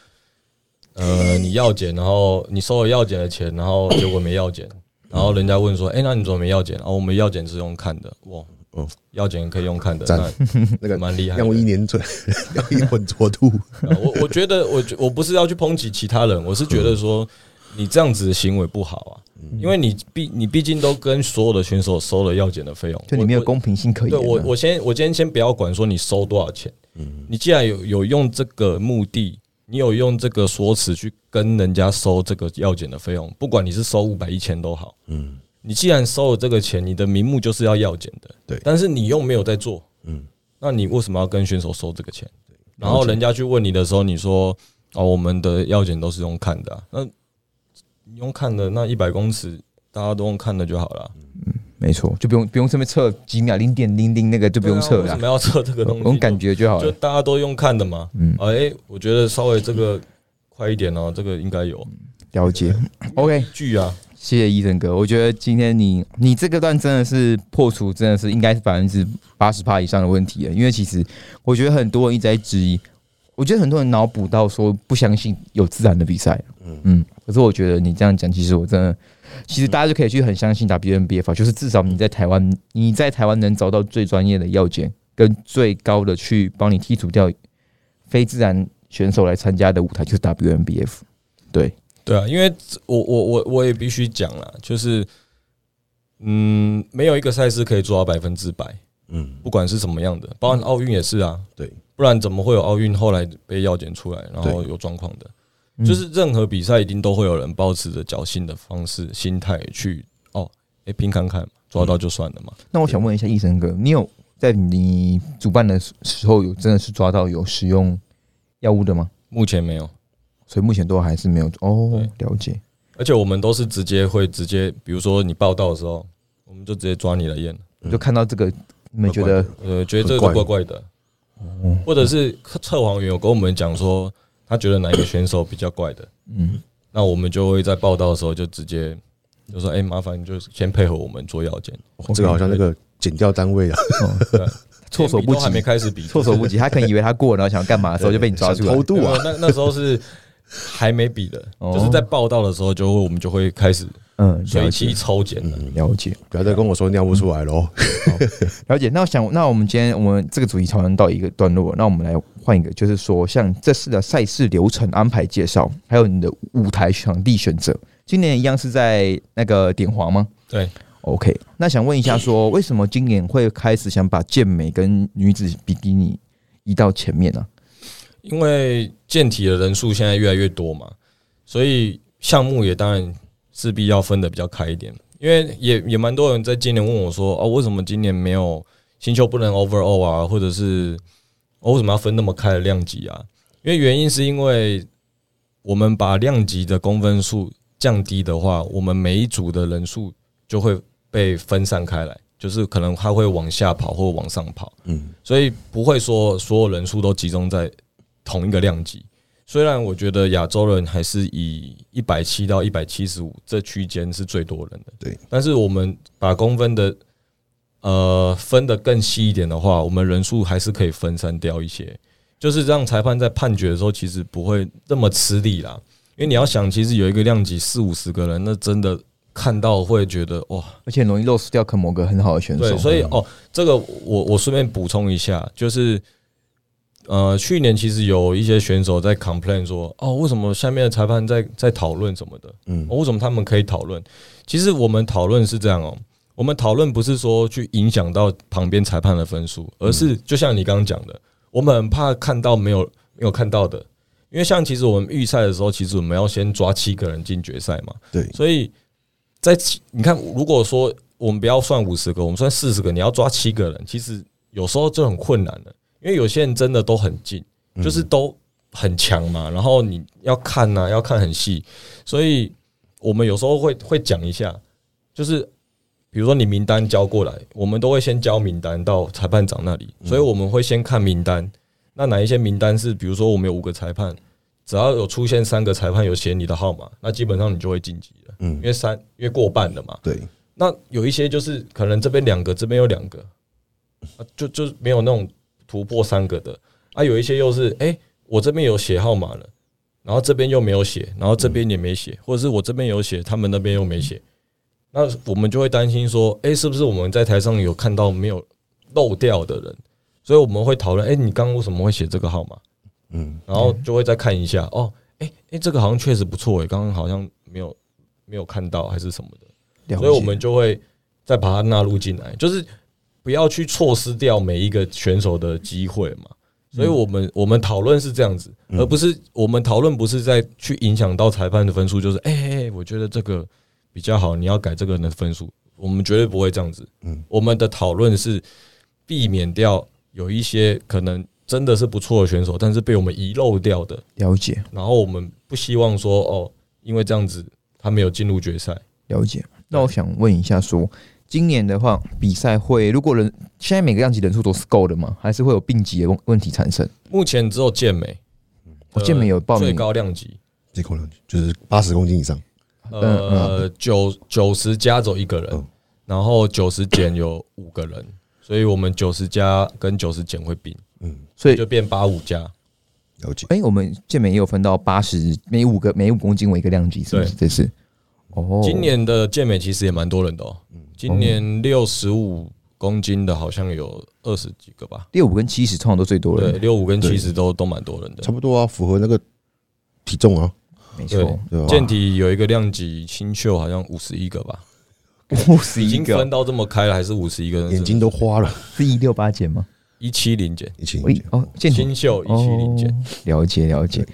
C: 呃，你药检，然后你收了药检的钱，然后结果没药检，然后人家问说，哎、那你怎么没药检？哦，我们药检是用看的，哇，
B: 嗯
C: 药检可以用看的，
B: 赞
C: 那
B: 那个
C: 蛮厉 害的
B: 让我一年准，让我一混浊度。
C: 啊我我觉得我觉我不是要去抨击其他人，我是觉
A: 嗯
C: 得说你这样子的行为不好啊，因为你毕你毕竟都跟所有的选手收了药检的费用，
A: 就你
C: 我
A: 没有
C: 我
A: 公平性可言、
C: 对
A: 啊。嗯
C: 我我先我今天先不要管说你收多少钱，你既然有有用这个目的，你有用这个说辞去跟人家收这个药检的费用，不管你是收五百一千都好，
B: 嗯，
C: 你既然收了这个钱，你的名目就是要药检的，
B: 对
C: 但是你又没有在做，
B: 嗯，
C: 那你为什么要跟选手收这个钱？然后人家去问你的时候，你说哦，我们的药检都是用看的啊、那你用看的那一百公尺，大家都用看的就好了，
A: 没错，就不用不用这么测几秒零点零零那个就不用测
C: 对啊为
A: 了
C: 什么，要测这个东西？
A: 我们感觉就好
C: 就
A: 了。
C: 大家都用看的嘛，嗯
A: 嗯，
C: 哎，我觉得稍微这个快一点哦，这个应该有
A: 了解。OK，
C: 剧啊，
A: 谢谢医生哥，我觉得今天你你这个段真的是破除，真的是应该是百分之八十趴以上的问题了。因为其实我觉得很多人一直在质疑，我觉得很多人脑补到说不相信有自然的比赛，嗯可是我觉得你这样讲，其实我真的，其实大家就可以去很相信 WNBF，就是嗯至少你在台湾，你在台湾能找到最专业的药检跟最高的去帮你剔除掉非自然选手来参加的舞台，就是 WNBF。对，
C: 对啊，因为我我我我也必须讲啦，就是嗯，没有一个赛事可以做到百分之百，
B: 嗯，
C: 不管是什么样的，包含奥运也是啊，
B: 对，
C: 不然怎么会有奥运后来被药检出来，然后有状况的？
A: 嗯
C: 就是任何比赛一定都会有人抱持着侥幸的方式心态去哦，哎、拼看看嘛，抓到就算了嘛。
A: 那我想问一下医生哥，你有在你主办的时候有真的是抓到有使用药物的吗？
C: 目前没有，
A: 所以目前都还是没有哦，了解。
C: 而且我们都是直接会直接，比如说你报道的时候，我们就直接抓你来验，
B: 嗯
A: 就看到这个，你们觉得
C: 呃，觉得这个
B: 很怪
C: 怪怪的，或者是测谎员有跟我们讲说，他觉得哪一个选手比较怪的，
A: 嗯，
C: 那我们就会在报道的时候就直接就说，哎、麻烦你就先配合我们做药检，
B: 这个好像那个减掉单位啊，
A: 措手不
C: 连比都还没
A: 及，
C: 开始比，
A: 措手不及，他可能以为他过了，然后想要干嘛的时候就被你抓住
B: 想偷
A: 了。
B: 渡
C: 没有
B: 啊，
C: 那那时候是还没比的，
A: 哦
C: 就是在报道的时候就会我们就会开始
A: 嗯，
C: 随
A: 了
C: 机
A: 解，嗯
C: 抽检了。
A: 了解。
B: 不要再跟我说尿不出来喽。
A: 了解，那我想，那我们今天我们这个主题讨论到一个段落，那我们来换一个，就是说，像这次的赛事流程安排介绍，还有你的舞台场地选择，今年一样是在那个点华吗？
C: 对，
A: OK，那想问一下说，为什么今年会开始想把健美跟女子比基尼移到前面啊呢、
C: 因为健体的人数现在越来越多嘛，所以项目也当然势必要分得比较开一点。因为也也蛮多人在今年问我说，哦，为什么今年没有新秀不能 overall 啊，或者是哦为什么要分那么开的量级啊？因为原因是因为我们把量级的公分数降低的话，我们每一组的人数就会被分散开来，就是可能它会往下跑或往上跑。
B: 嗯，
C: 所以不会说所有人数都集中在同一个量级。虽然我觉得亚洲人还是以一百七到一百七十五这区间是最多人的，
B: 对。
C: 但是我们把公分的呃分的更细一点的话，我们人数还是可以分散掉一些，就是让裁判在判决的时候其实不会那么吃力啦。因为你要想，其实有一个量级四五十个人，那真的看到会觉得哇，
A: 而且很容易 lose 掉可某个很好的选手嗯
C: 对，。所以哦，这个我我顺便补充一下，就是呃，去年其实有一些选手在 complain 说，哦，为什么下面的裁判在在讨论什么的？
B: 嗯
C: 哦，为什么他们可以讨论？其实我们讨论是这样哦，我们讨论不是说去影响到旁边裁判的分数，而
A: 嗯
C: 是就像你刚刚讲的，我们很怕看到没有没有看到的，因为像其实我们预赛的时候，其实我们要先抓七个人进决赛嘛，
B: 对，
C: 所以在七你看，如果说我们不要算五十个，我们算四十个，你要抓七个人，其实有时候就很困难了，因为有些人真的都很近，就是都很强嘛，然后你要看呐、要看很细，所以我们有时候会会讲一下，就是。比如说你名单交过来，我们都会先交名单到裁判长那里，所以我们会先看名单。那哪一些名单是，比如说我们有五个裁判，只要有出现三个裁判有写你的号码，那基本上你就会晋级了。
B: 嗯
C: 因为三因为过半了嘛。
B: 对，
C: 那有一些就是可能这边两个，这边有两个，啊，就就没有那种突破三个的啊。有一些又是哎、诶我这边有写号码了，然后这边又没有写，然后这边也没写，或者是我这边有写，他们那边又没写。那我们就会担心说，哎、是不是我们在台上有看到没有漏掉的人？所以我们会讨论，哎、你刚刚为什么会写这个号码？
B: 嗯
C: 然后就会再看一下，哦，哎、哎、这个好像确实不错诶、刚刚好像没有没有看到还是什么的，
A: 了解
C: 所以我们就会再把它纳入进来，就是不要去错失掉每一个选手的机会嘛。所以我
A: 嗯
C: 们我们讨论是这样子，而不是我们讨论不是在去影响到裁判的分数，就是哎、哎哎我觉得这个比较好，你要改这个人的分数，我们绝对不会这样子。
B: 嗯
C: 我们的讨论是避免掉有一些可能真的是不错的选手，但是被我们遗漏掉的，
A: 了解
C: 然后我们不希望说哦，因为这样子他没有进入决赛。
A: 了解。那我想问一下说，今年的话比赛会，如果人现在每个量级人数都是够的吗？还是会有并级的问问题产生？
C: 目前只有健美，
A: 哦健美有报名
C: 呃最高量级，
B: 这口两就是八十公斤以上，
A: 嗯
C: 呃，九九十加走一个人
B: 嗯，
C: 然后九十减有五个人，所以我们九十加跟九十减会并，
B: 嗯，
A: 所以
C: 就变八五加。
B: 了解。
A: 哎、我们健美也有分到八十，每五个每五公斤为一个量级，是不是？这是哦，
C: 今年的健美其实也蛮多人的哦，
A: 嗯
C: 今年六十五公斤的好像有二十几个吧，
A: 六五跟七十通常都最多
C: 对，
A: 人，
C: 六五跟
B: 对
C: 七十都都蛮多人的
B: 差。不多啊，符合那个体重啊，
A: 没
C: 对
A: 错，
B: 对吧？
C: 健体有一个量级新秀，好像五十一个吧，
A: 五十
C: 已
A: 一
C: 经分
A: 个
C: 到这么开了，还是五十一个？
B: 眼睛都花了，
A: 是一六八减吗？
C: 一七零减，
B: 一起
A: 喂哦，健体哦
C: 新秀一七零减。
A: 了解了解。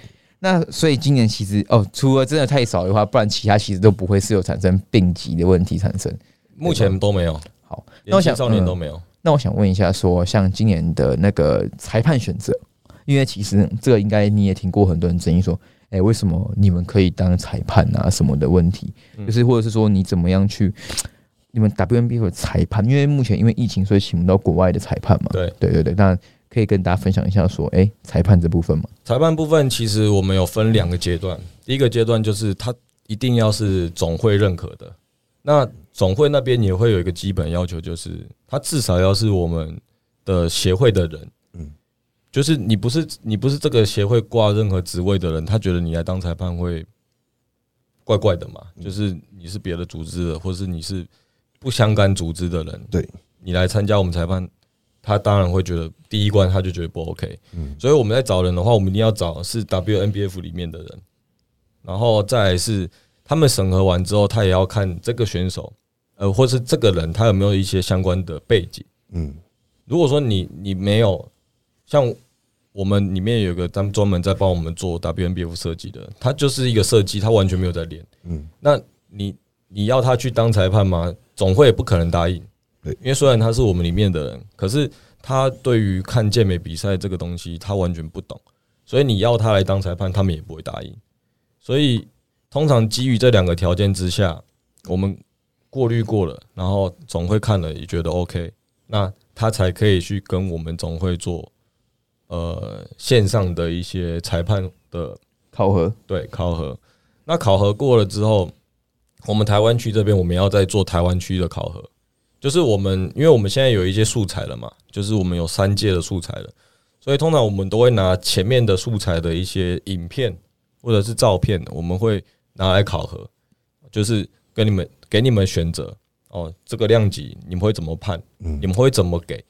A: 那所以今年其实哦，除了真的太少的话，不然其他其实都不会是有产生病急的问题产生。
C: 目前都没有，
A: 好，那
C: 年
A: 我
C: 轻
A: 想
C: 少年都
A: 嗯
C: 没有。
A: 那我想问一下说像今年的那个裁判选择，因为其实这个应该你也听过很多人争议说，哎、为什么你们可以当裁判啊什么的问题，
C: 嗯
A: 就是或者是说你怎么样去你们 WNBA 的裁判，因为目前因为疫情，所以请不到国外的裁判嘛。
C: 对
A: 对对对，那可以跟大家分享一下说，哎、裁判这部分嘛，
C: 裁判部分其实我们有分两个阶段，第一个阶段就是他一定要是总会认可的，那总会那边也会有一个基本要求，就是他至少要是我们的协会的人，嗯
B: 嗯，
C: 就是你不是你不是这个协会挂任何职位的人，他觉得你来当裁判会怪怪的嘛，
B: 嗯
C: 就是你是别的组织的，或是你是不相干组织的人，
B: 对
C: 你来参加我们裁判，他当然会觉得第一关他就觉得不 OK，所以我们在找人的话，我们一定要找是 WNBF 里面的人，然后再来是他们审核完之后，他也要看这个选手，呃，或是这个人他有没有一些相关的背景？
B: 嗯，
C: 如果说你你没有，像我们里面有一个专专门在帮我们做 WNBF 设计的，他就是一个设计，他完全没有在练。
B: 嗯
C: 嗯，那你你要他去当裁判吗？总会不可能答应。
B: 对
C: 因为虽然他是我们里面的人，可是他对于看健美比赛这个东西，他完全不懂，所以你要他来当裁判，他们也不会答应。所以通常基于这两个条件之下，我们过滤过了，然后总会看了也觉得 OK，那他才可以去跟我们总会做呃线上的一些裁判的
A: 考核，
C: 对考核。那考核过了之后，我们台湾区这边我们要再做台湾区的考核，就是我们因为我们现在有一些素材了嘛，就是我们有三届的素材了，所以通常我们都会拿前面的素材的一些影片或者是照片，我们会拿来考核，就是跟你们给你们选择哦，这个量级你们会怎么判？你们会怎么给？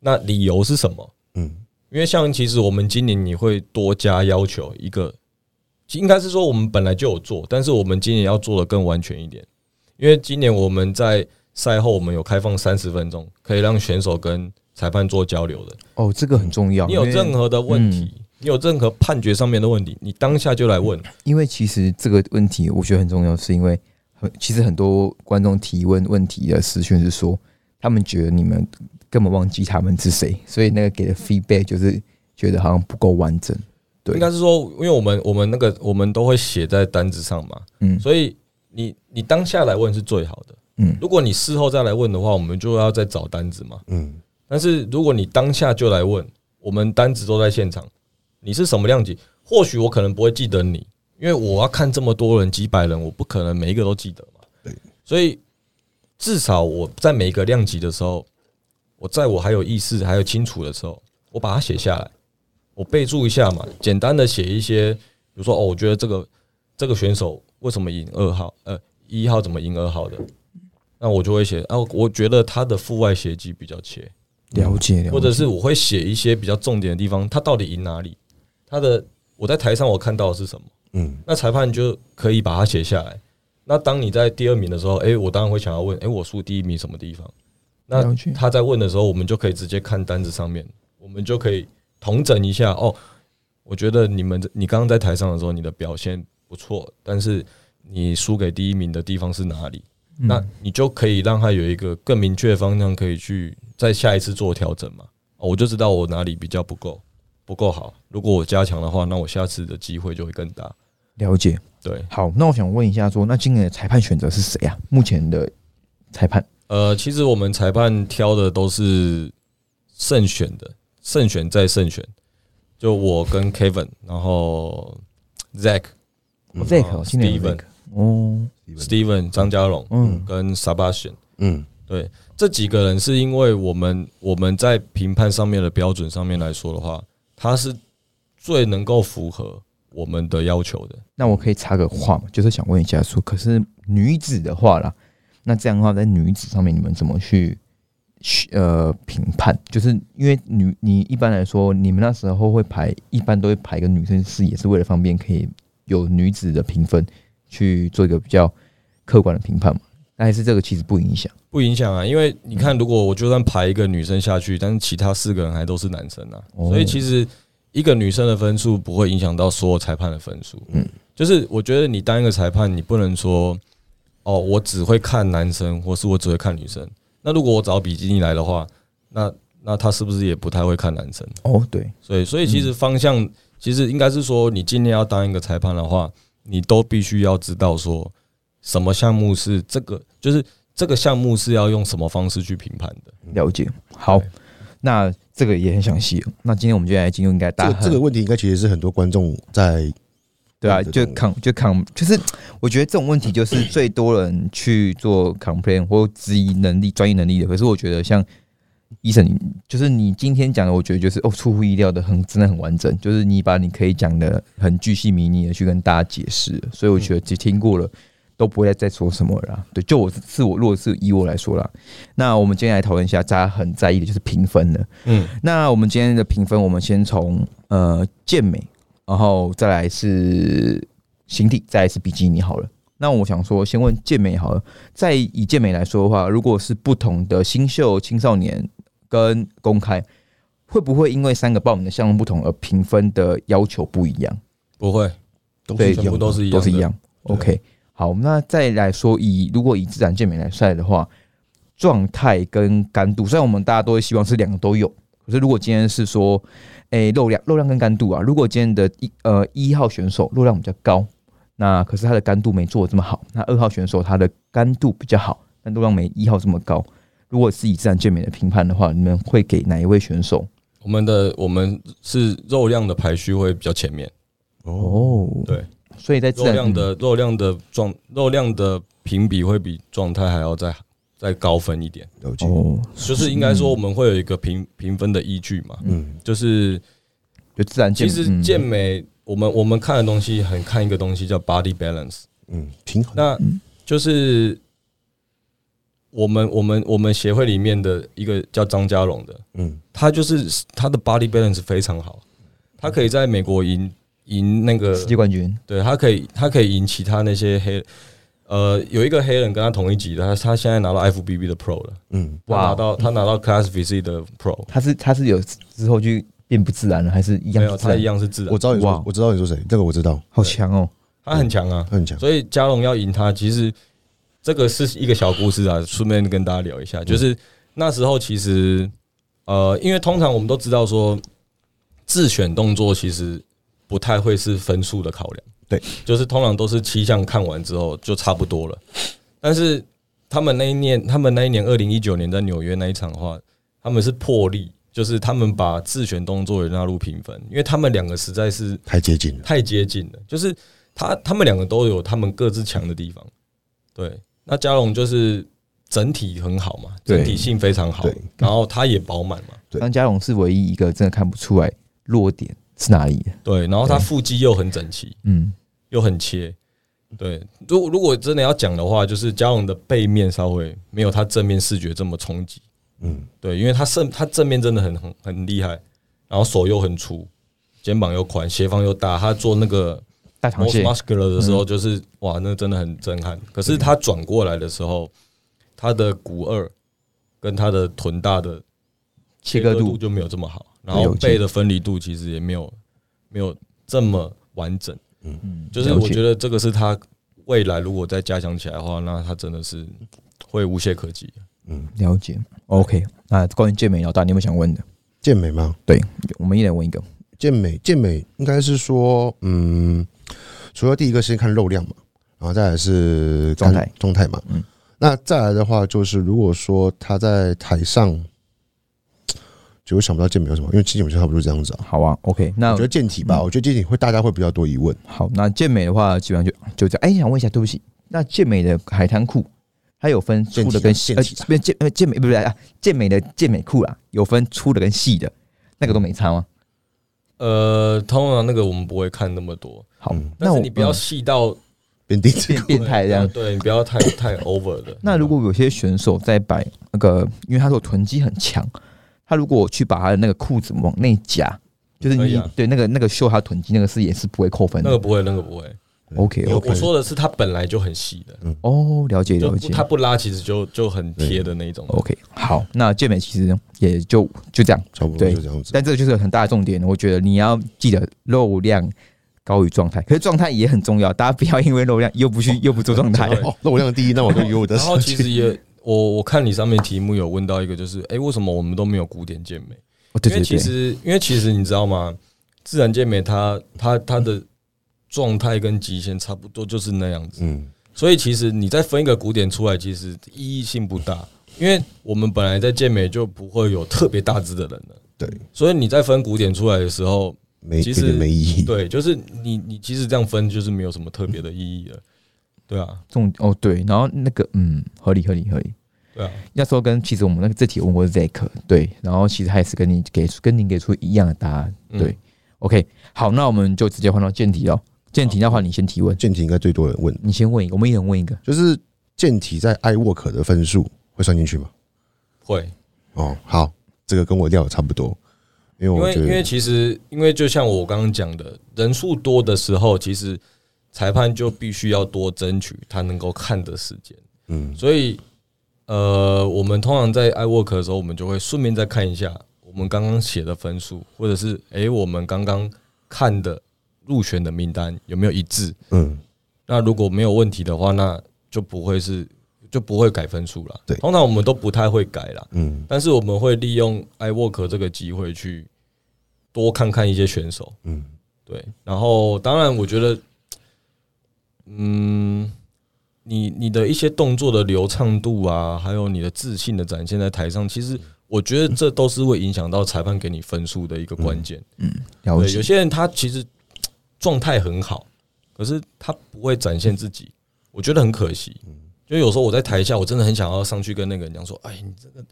C: 那理由是什么？
B: 嗯，
C: 因为像其实我们今年你会多加要求一个，其应该是说我们本来就有做，但是我们今年要做的更完全一点，因为今年我们在赛后我们有开放三十分钟，可以让选手跟裁判做交流的。
A: 哦，这个很重要。
C: 你有
A: 因为
C: 任何的问题，你有任何判决上面的问题，你当下就来问。
A: 因为其实这个问题我觉得很重要，是因为很其实很多观众提问问题的私讯是说，他们觉得你们根本忘记他们是谁，所以那个给的 feedback 就是觉得好像不够完整。对，
C: 应该是说，因为我们我们那个我们都会写在单子上嘛，
A: 嗯
C: 所以你你当下来问是最好的。
A: 嗯
C: 如果你事后再来问的话，我们就要再找单子嘛。
B: 嗯，
C: 但是如果你当下就来问，我们单子都在现场，你是什么量级？或许我可能不会记得你，因为我要看这么多人，几百人，我不可能每一个都记得嘛。
B: 对，
C: 所以至少我在每一个量级的时候，我在我还有意识、还有清楚的时候，我把它写下来，我备注一下嘛，简单的写一些，比如说哦，我觉得这个这个选手为什么赢二号，呃，一号怎么赢二号的，那我就会写啊，我觉得他的腹外斜肌比较切，
A: 了解了解，
C: 或者是我会写一些比较重点的地方，他到底赢哪里，他的我在台上我看到的是什么，
B: 嗯，
C: 那裁判就可以把它写下来。那当你在第二名的时候，诶，我当然会想要问，诶，我输第一名什么地方？那
A: 了解
C: 他在问的时候，我们就可以直接看单子上面，我们就可以统整一下。哦，我觉得你们你刚刚在台上的时候，你的表现不错，但是你输给第一名的地方是哪里？
A: 嗯
C: 那你就可以让他有一个更明确的方向，可以去在下一次做调整嘛。哦，我就知道我哪里比较不够，不够好。如果我加强的话，那我下次的机会就会更大。
A: 了解。
C: 对，
A: 好，那我想问一下说那今年的裁判选择是谁啊？目前的裁判
C: 呃，其实我们裁判挑的都是慎选的，慎选再慎选。就我跟 Kevin，然后 Zack、
B: 嗯
A: z a c 今年有
C: Steven
A: 哦 Zack 哦，
C: Steven、张家荣
A: 嗯
C: 跟 Sebastian
B: 嗯
C: 这几个人，是因为我们我们在评判上面的标准上面来说的话，他是最能够符合我们的要求的。
A: 那我可以插个话嘛，就是想问一下说，可是女子的话啦，那这样的话在女子上面你们怎么去去呃评判？就是因为女你一般来说，你们那时候会排，一般都会排一个女生是也是为了方便可以有女子的评分去做一个比较客观的评判嘛。但还是这个其实不影响，
C: 不影响啊，因为你看，如果我就算排一个女生下去，但是其他四个人还都是男生啊，
A: 哦
C: 所以其实一个女生的分数不会影响到所有裁判的分数。
B: 嗯
C: 嗯，就是我觉得你当一个裁判，你不能说哦，我只会看男生，或是我只会看女生。那如果我找比基尼来的话，那那他是不是也不太会看男生？
A: 哦，对，
C: 所以，所以
A: 嗯
C: 其实方向，其实应该是说，你今天要当一个裁判的话，你都必须要知道说，什么项目是这个，就是这个项目是要用什么方式去评判的。
A: 了解。好
C: 对，
A: 那这个也很详细了。那今天我们就来进入应该大
B: 这
A: 家
B: 个这个问题应该其实是很多观众在
A: 对啊，
B: 对
A: 就
B: 对
A: com 就 com 就是，我觉得这种问题就是最多人去做 complain 或质疑能力、专业能力的。可是我觉得像医生，就是你今天讲的，我觉得就是哦，出乎意料的，很真的很完整，就是你把你可以讲的很巨细靡遗的去跟大家解释了，所以我觉得只听过了。都不会再再说什么了啦。对，就我是我，如果是以我来说啦，那我们今天来讨论一下，大家很在意的就是评分了。
C: 嗯，
A: 那我们今天的评分，我们先从呃健美，然后再来是形体，再来是比基尼好了。那我想说，先问健美好了。在以健美来说的话，如果是不同的新秀、青少年跟公开，会不会因为三个报名的项目不同而评分的要求不一样？
C: 不会，
B: 都
A: 对
B: 是
C: 全部都是一样的，
A: 都是一样。
C: 对
A: OK，好，那再来说以如果以自然健美来赛的话，状态跟干度，虽然我们大家都会希望是两个都有，可是如果今天是说，诶、肉量、肉量跟干度啊，如果今天的一呃一号选手肉量比较高，那可是他的干度没做的这么好，那二号选手他的干度比较好，但肉量没一号这么高。如果是以自然健美的评判的话，你们会给哪一位选手？
C: 我们的我们是肉量的排序会比较前面，
B: 哦，
A: 哦，
C: 对，
A: 所以在自
C: 肉
A: 然
C: 量的肉量的状肉量的评比会比状态还要再再高分一点，
B: 了解，
A: 哦，
C: 就是应该说我们会有一个评评分的依据嘛，
B: 嗯，
C: 就是
A: 就自然健
C: 其
A: 美，
C: 实
A: 嗯
C: 健美我们我们看的东西很看一个东西叫 body balance，
B: 嗯，平衡，
C: 那就是我们我们我们协会里面的一个叫张家荣的，
B: 嗯，
C: 他就是他的 body balance 非常好，他可以在美国赢赢那个
A: 世界冠军。
C: 对他可以，他可以赢其他那些黑，呃，有一个黑人跟他同一级的，他他现在拿到 FBB 的 Pro 了，
B: 嗯，
C: 他
A: 哇
C: 拿到他拿到 Class VC 的 Pro，
A: 他是他是有之后就变不自然了，还是一
C: 没
A: 样
C: 有
A: 不自
C: 他
A: 然？
C: 一样是自
B: 我
C: 然，
B: 知道你
A: 哇
B: 说，我知道你说谁，这个我知道，
A: 好强哦！
C: 他很强啊
B: 他，很强，
C: 所以嘉荣要赢他，其实这个是一个小故事啊，顺便跟大家聊一下，就是那时候其实呃，因为通常我们都知道说自选动作其实不太会是分数的考量，
B: 对，
C: 就是通常都是七项看完之后就差不多了，但是他们那一年，他们那一年二零一九年在纽约那一场的话，他们是破例。就是他们把自选动作也纳入评分，因为他们两个实在是
B: 太接近了，
C: 太接近了，就是他他们两个都有他们各自强的地方。对，那嘉荣就是整体很好嘛，
A: 对
C: 整体性非常好
B: 对，
C: 然后他也饱满嘛，
B: 对
A: 张家荣是唯一一个真的看不出来弱点是哪里的。
C: 对，然后他腹肌又很整齐，
A: 嗯，
C: 又很切。对，如如果真的要讲的话，就是嘉荣的背面稍微没有他正面视觉这么冲击。
B: 嗯，
C: 对，因为他正他正面真的很很很厉害，然后手又很粗，肩膀又宽，斜方又大，他做那个
A: 大螃
C: most
A: 蟹嗯
C: muscular 的时候，就是、哇，那真的很震撼。可是他转过来的时候，他的股二跟他的臀大的
A: 切割
C: 度
A: 度，
C: 就没有这么好，然
B: 了
C: 后
B: 解
C: 背的分离度其实也没有没有这么完整。
A: 嗯，
C: 就是我觉
A: 得
C: 得这个是他未来如果再加强起来的话，那他真的是会无懈可击。
A: 了解。OK，那关于健美老大，你有没有想问的？
B: 健美吗？
A: 我们一人问一个。
B: 健美，健美应该是说，嗯，除了第一个是看肉量嘛，然后再来是看
A: 状态
B: 状态嘛，
A: 嗯
B: 嗯，那再来的话就是，如果说他在台上，就我想不到健美有什么，因为健美就差不多这样子
C: 嗯
B: 啊。
A: 好啊，OK，那
B: 我觉得健体吧，
A: 嗯
B: 我觉得健体会大家会比较多疑 问，
A: 好，那健美的话，基本上就就这样。哎、想问一下，对不起，那健美的海滩裤，它有分粗的跟细，
B: 健
A: 呃，
B: 体啊
A: 不是健呃健美不是啊，健美的健美裤啦，有分粗的跟细的，那个都没差吗？
C: 呃，通常那个我们不会看那么多，
A: 好，
B: 嗯
C: 但
A: 那我
C: 是你不要细到
B: 变 低脂
A: 变变态这样
C: 对你不要太太 over 的。
A: 那如果有些选手在摆那个，因为他说臀肌很强，他如果去把他的那个裤子往内夹，就是
C: 可
A: 你、
C: 以啊
A: 对那个那个秀他臀肌那个是也是不会扣分
C: 那
A: 的。
C: 个不会，那个不会。
A: OK，
C: 我
A: OK
C: 我说的是它本来就很细的，
A: 哦，了解
C: 就
A: 了
C: 不
A: 解。
C: 它不拉其实就就很贴的那一种。
A: OK，好，那健美其实也就就这样，
B: 差不多
A: 对
B: 就这样子。
A: 但这个就是很大的重点，我觉得你要记得肉量高于状态，可是状态也很重要，大家不要因为肉量又不去又不做状态。
C: 对
B: 哦，肉量第 一，那我就以我
A: 哦
B: 的
C: 然后
B: 上
C: 其
B: 去
C: 实也，我我看你上面题目有问到一个，就是哎、诶为什么我们都没有古典健美？
A: 哦对
C: 因为
A: 对
C: 其
A: 对，
C: 实因为其实你知道吗？自然健美它它它的状态跟极限差不多就是那样子，
B: 嗯，
C: 所以其实你再分一个古典出来，其实意义性不大，因为我们本来在健美就不会有特别大只的人了，
B: 对，
C: 所以你再分古典出来的时候，
B: 没
C: 其
B: 一
C: 实
B: 点没意义。
C: 对，就是你你其实这样分就是没有什么特别的意义了，对啊，
A: 重哦对，然后那个嗯，合理合理合理。
C: 对啊，
A: 那时候跟其实我们那个这题问过 Zack，对，然后其实他也是跟你给出跟您给出一样的答案，对。
C: 嗯
A: OK，好，那我们就直接换到健体了。健体那话你先提问，
B: 健体应该最多人问，
A: 你先问一个，我们一人问一个。
B: 就是健体在 i work 的分数会算进去吗？
C: 会，
B: 哦，好，这个跟我料差不多，因为
C: 因
B: 我
C: 为
B: 觉
C: 因为
B: 得
C: 其实因为就像我刚刚讲的，人数多的时候，其实裁判就必须要多争取他能够看的时间。
B: 嗯，
C: 所以，呃，我们通常在 iWork 的时候，我们就会顺便再看一下我们刚刚写的分数，或者是诶、我们刚刚看的入选的名单有没有一致？
B: 嗯，
C: 那如果没有问题的话，那就不会是就不会改分数了。
B: 对
C: 通常我们都不太会改啦，
B: 嗯，
C: 但是我们会利用 iWork 这个机会去多看看一些选手。
B: 嗯，
C: 对，然后当然我觉得，嗯，你你的一些动作的流畅度啊，还有你的自信的展现在台上，其实我觉得这都是会影响到裁判给你分数的一个关键。
A: 嗯了
C: 对，有
A: 解，
C: 些人他其实状态很好，可是他不会展现自己，我觉得很可惜。
A: 嗯
C: 就有时候我在台下，我真的很想要上去跟那个人讲说：“哎，你这个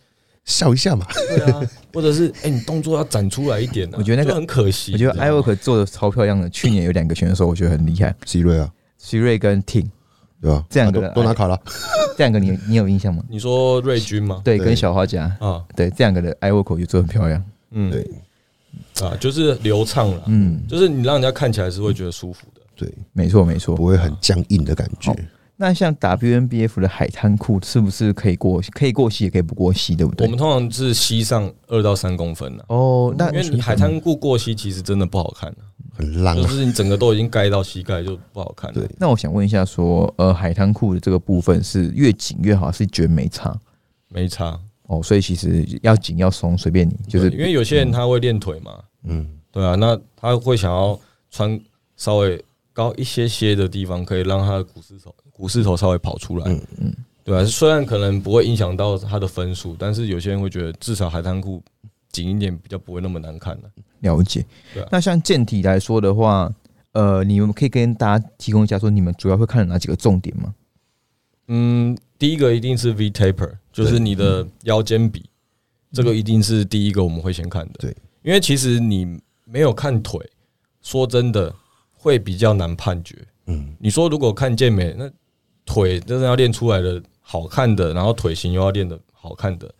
B: 笑一下嘛，
C: 对啊，或者是哎，你动作要展出来一点、啊。”
A: 我觉得那个
C: 就很可惜。
A: 我觉得
C: 你知道吗
A: iWork 做的超漂亮的，去年有两个选手我觉得很厉害，
B: C 瑞啊，
A: 徐瑞跟 Ting
B: 对吧？
A: 这样
B: 啊都
A: 的哎
B: 都拿卡了，
A: 这两个你你有印象吗？
C: 你说瑞军吗？
A: 对，
B: 对
A: 跟小花甲，
C: 啊，
A: 对这两个的 iWork 我觉得做得很漂亮，
C: 嗯，
B: 对
C: 啊，就是流畅了，
A: 嗯，
C: 就是你让人家看起来是会觉得舒服的。
B: 对，
A: 没错没错
B: 不。会很僵硬的感觉
A: 好。那像 WNBF 的海滩裤是不是可以过可以过膝也可以不过膝，对不对？
C: 我们通常是膝上二到三公分的，啊
A: 哦，那
C: 因为你海滩裤过膝其实真的不好看啊，
B: 很浪
A: 嗯
C: 就
B: 啊，
C: 是你整个都已经盖到膝盖就不好看了。
B: 对
A: 那我想问一下说呃，海滩裤的这个部分是越紧越好，是觉得没差
C: 没差，
A: 哦，所以其实要紧要松随便你，就是
C: 对因为有些人他会练腿嘛，
B: 嗯，
C: 对啊，那他会想要穿稍微高一些些的地方，可以让他的股四头股四头稍微跑出来。
B: 嗯
C: 嗯嗯，对啊，虽然可能不会影响到他的分数，但是有些人会觉得至少海滩裤紧一点比较不会那么难看啊了、
A: 了解
C: 对啊。
A: 那像健体来说的话，呃，你们可以跟大家提供一下说你们主要会看哪几个重点吗？
C: 嗯，第一个一定是 V taper，就是你的腰间比，这个一定是第一个我们会先看的。
B: 对，
C: 因为其实你没有看腿，说真的会比较难判决。
B: 嗯，
C: 你说如果看健美，那腿真的要练出来的好看的，然后腿型又要练的好看的，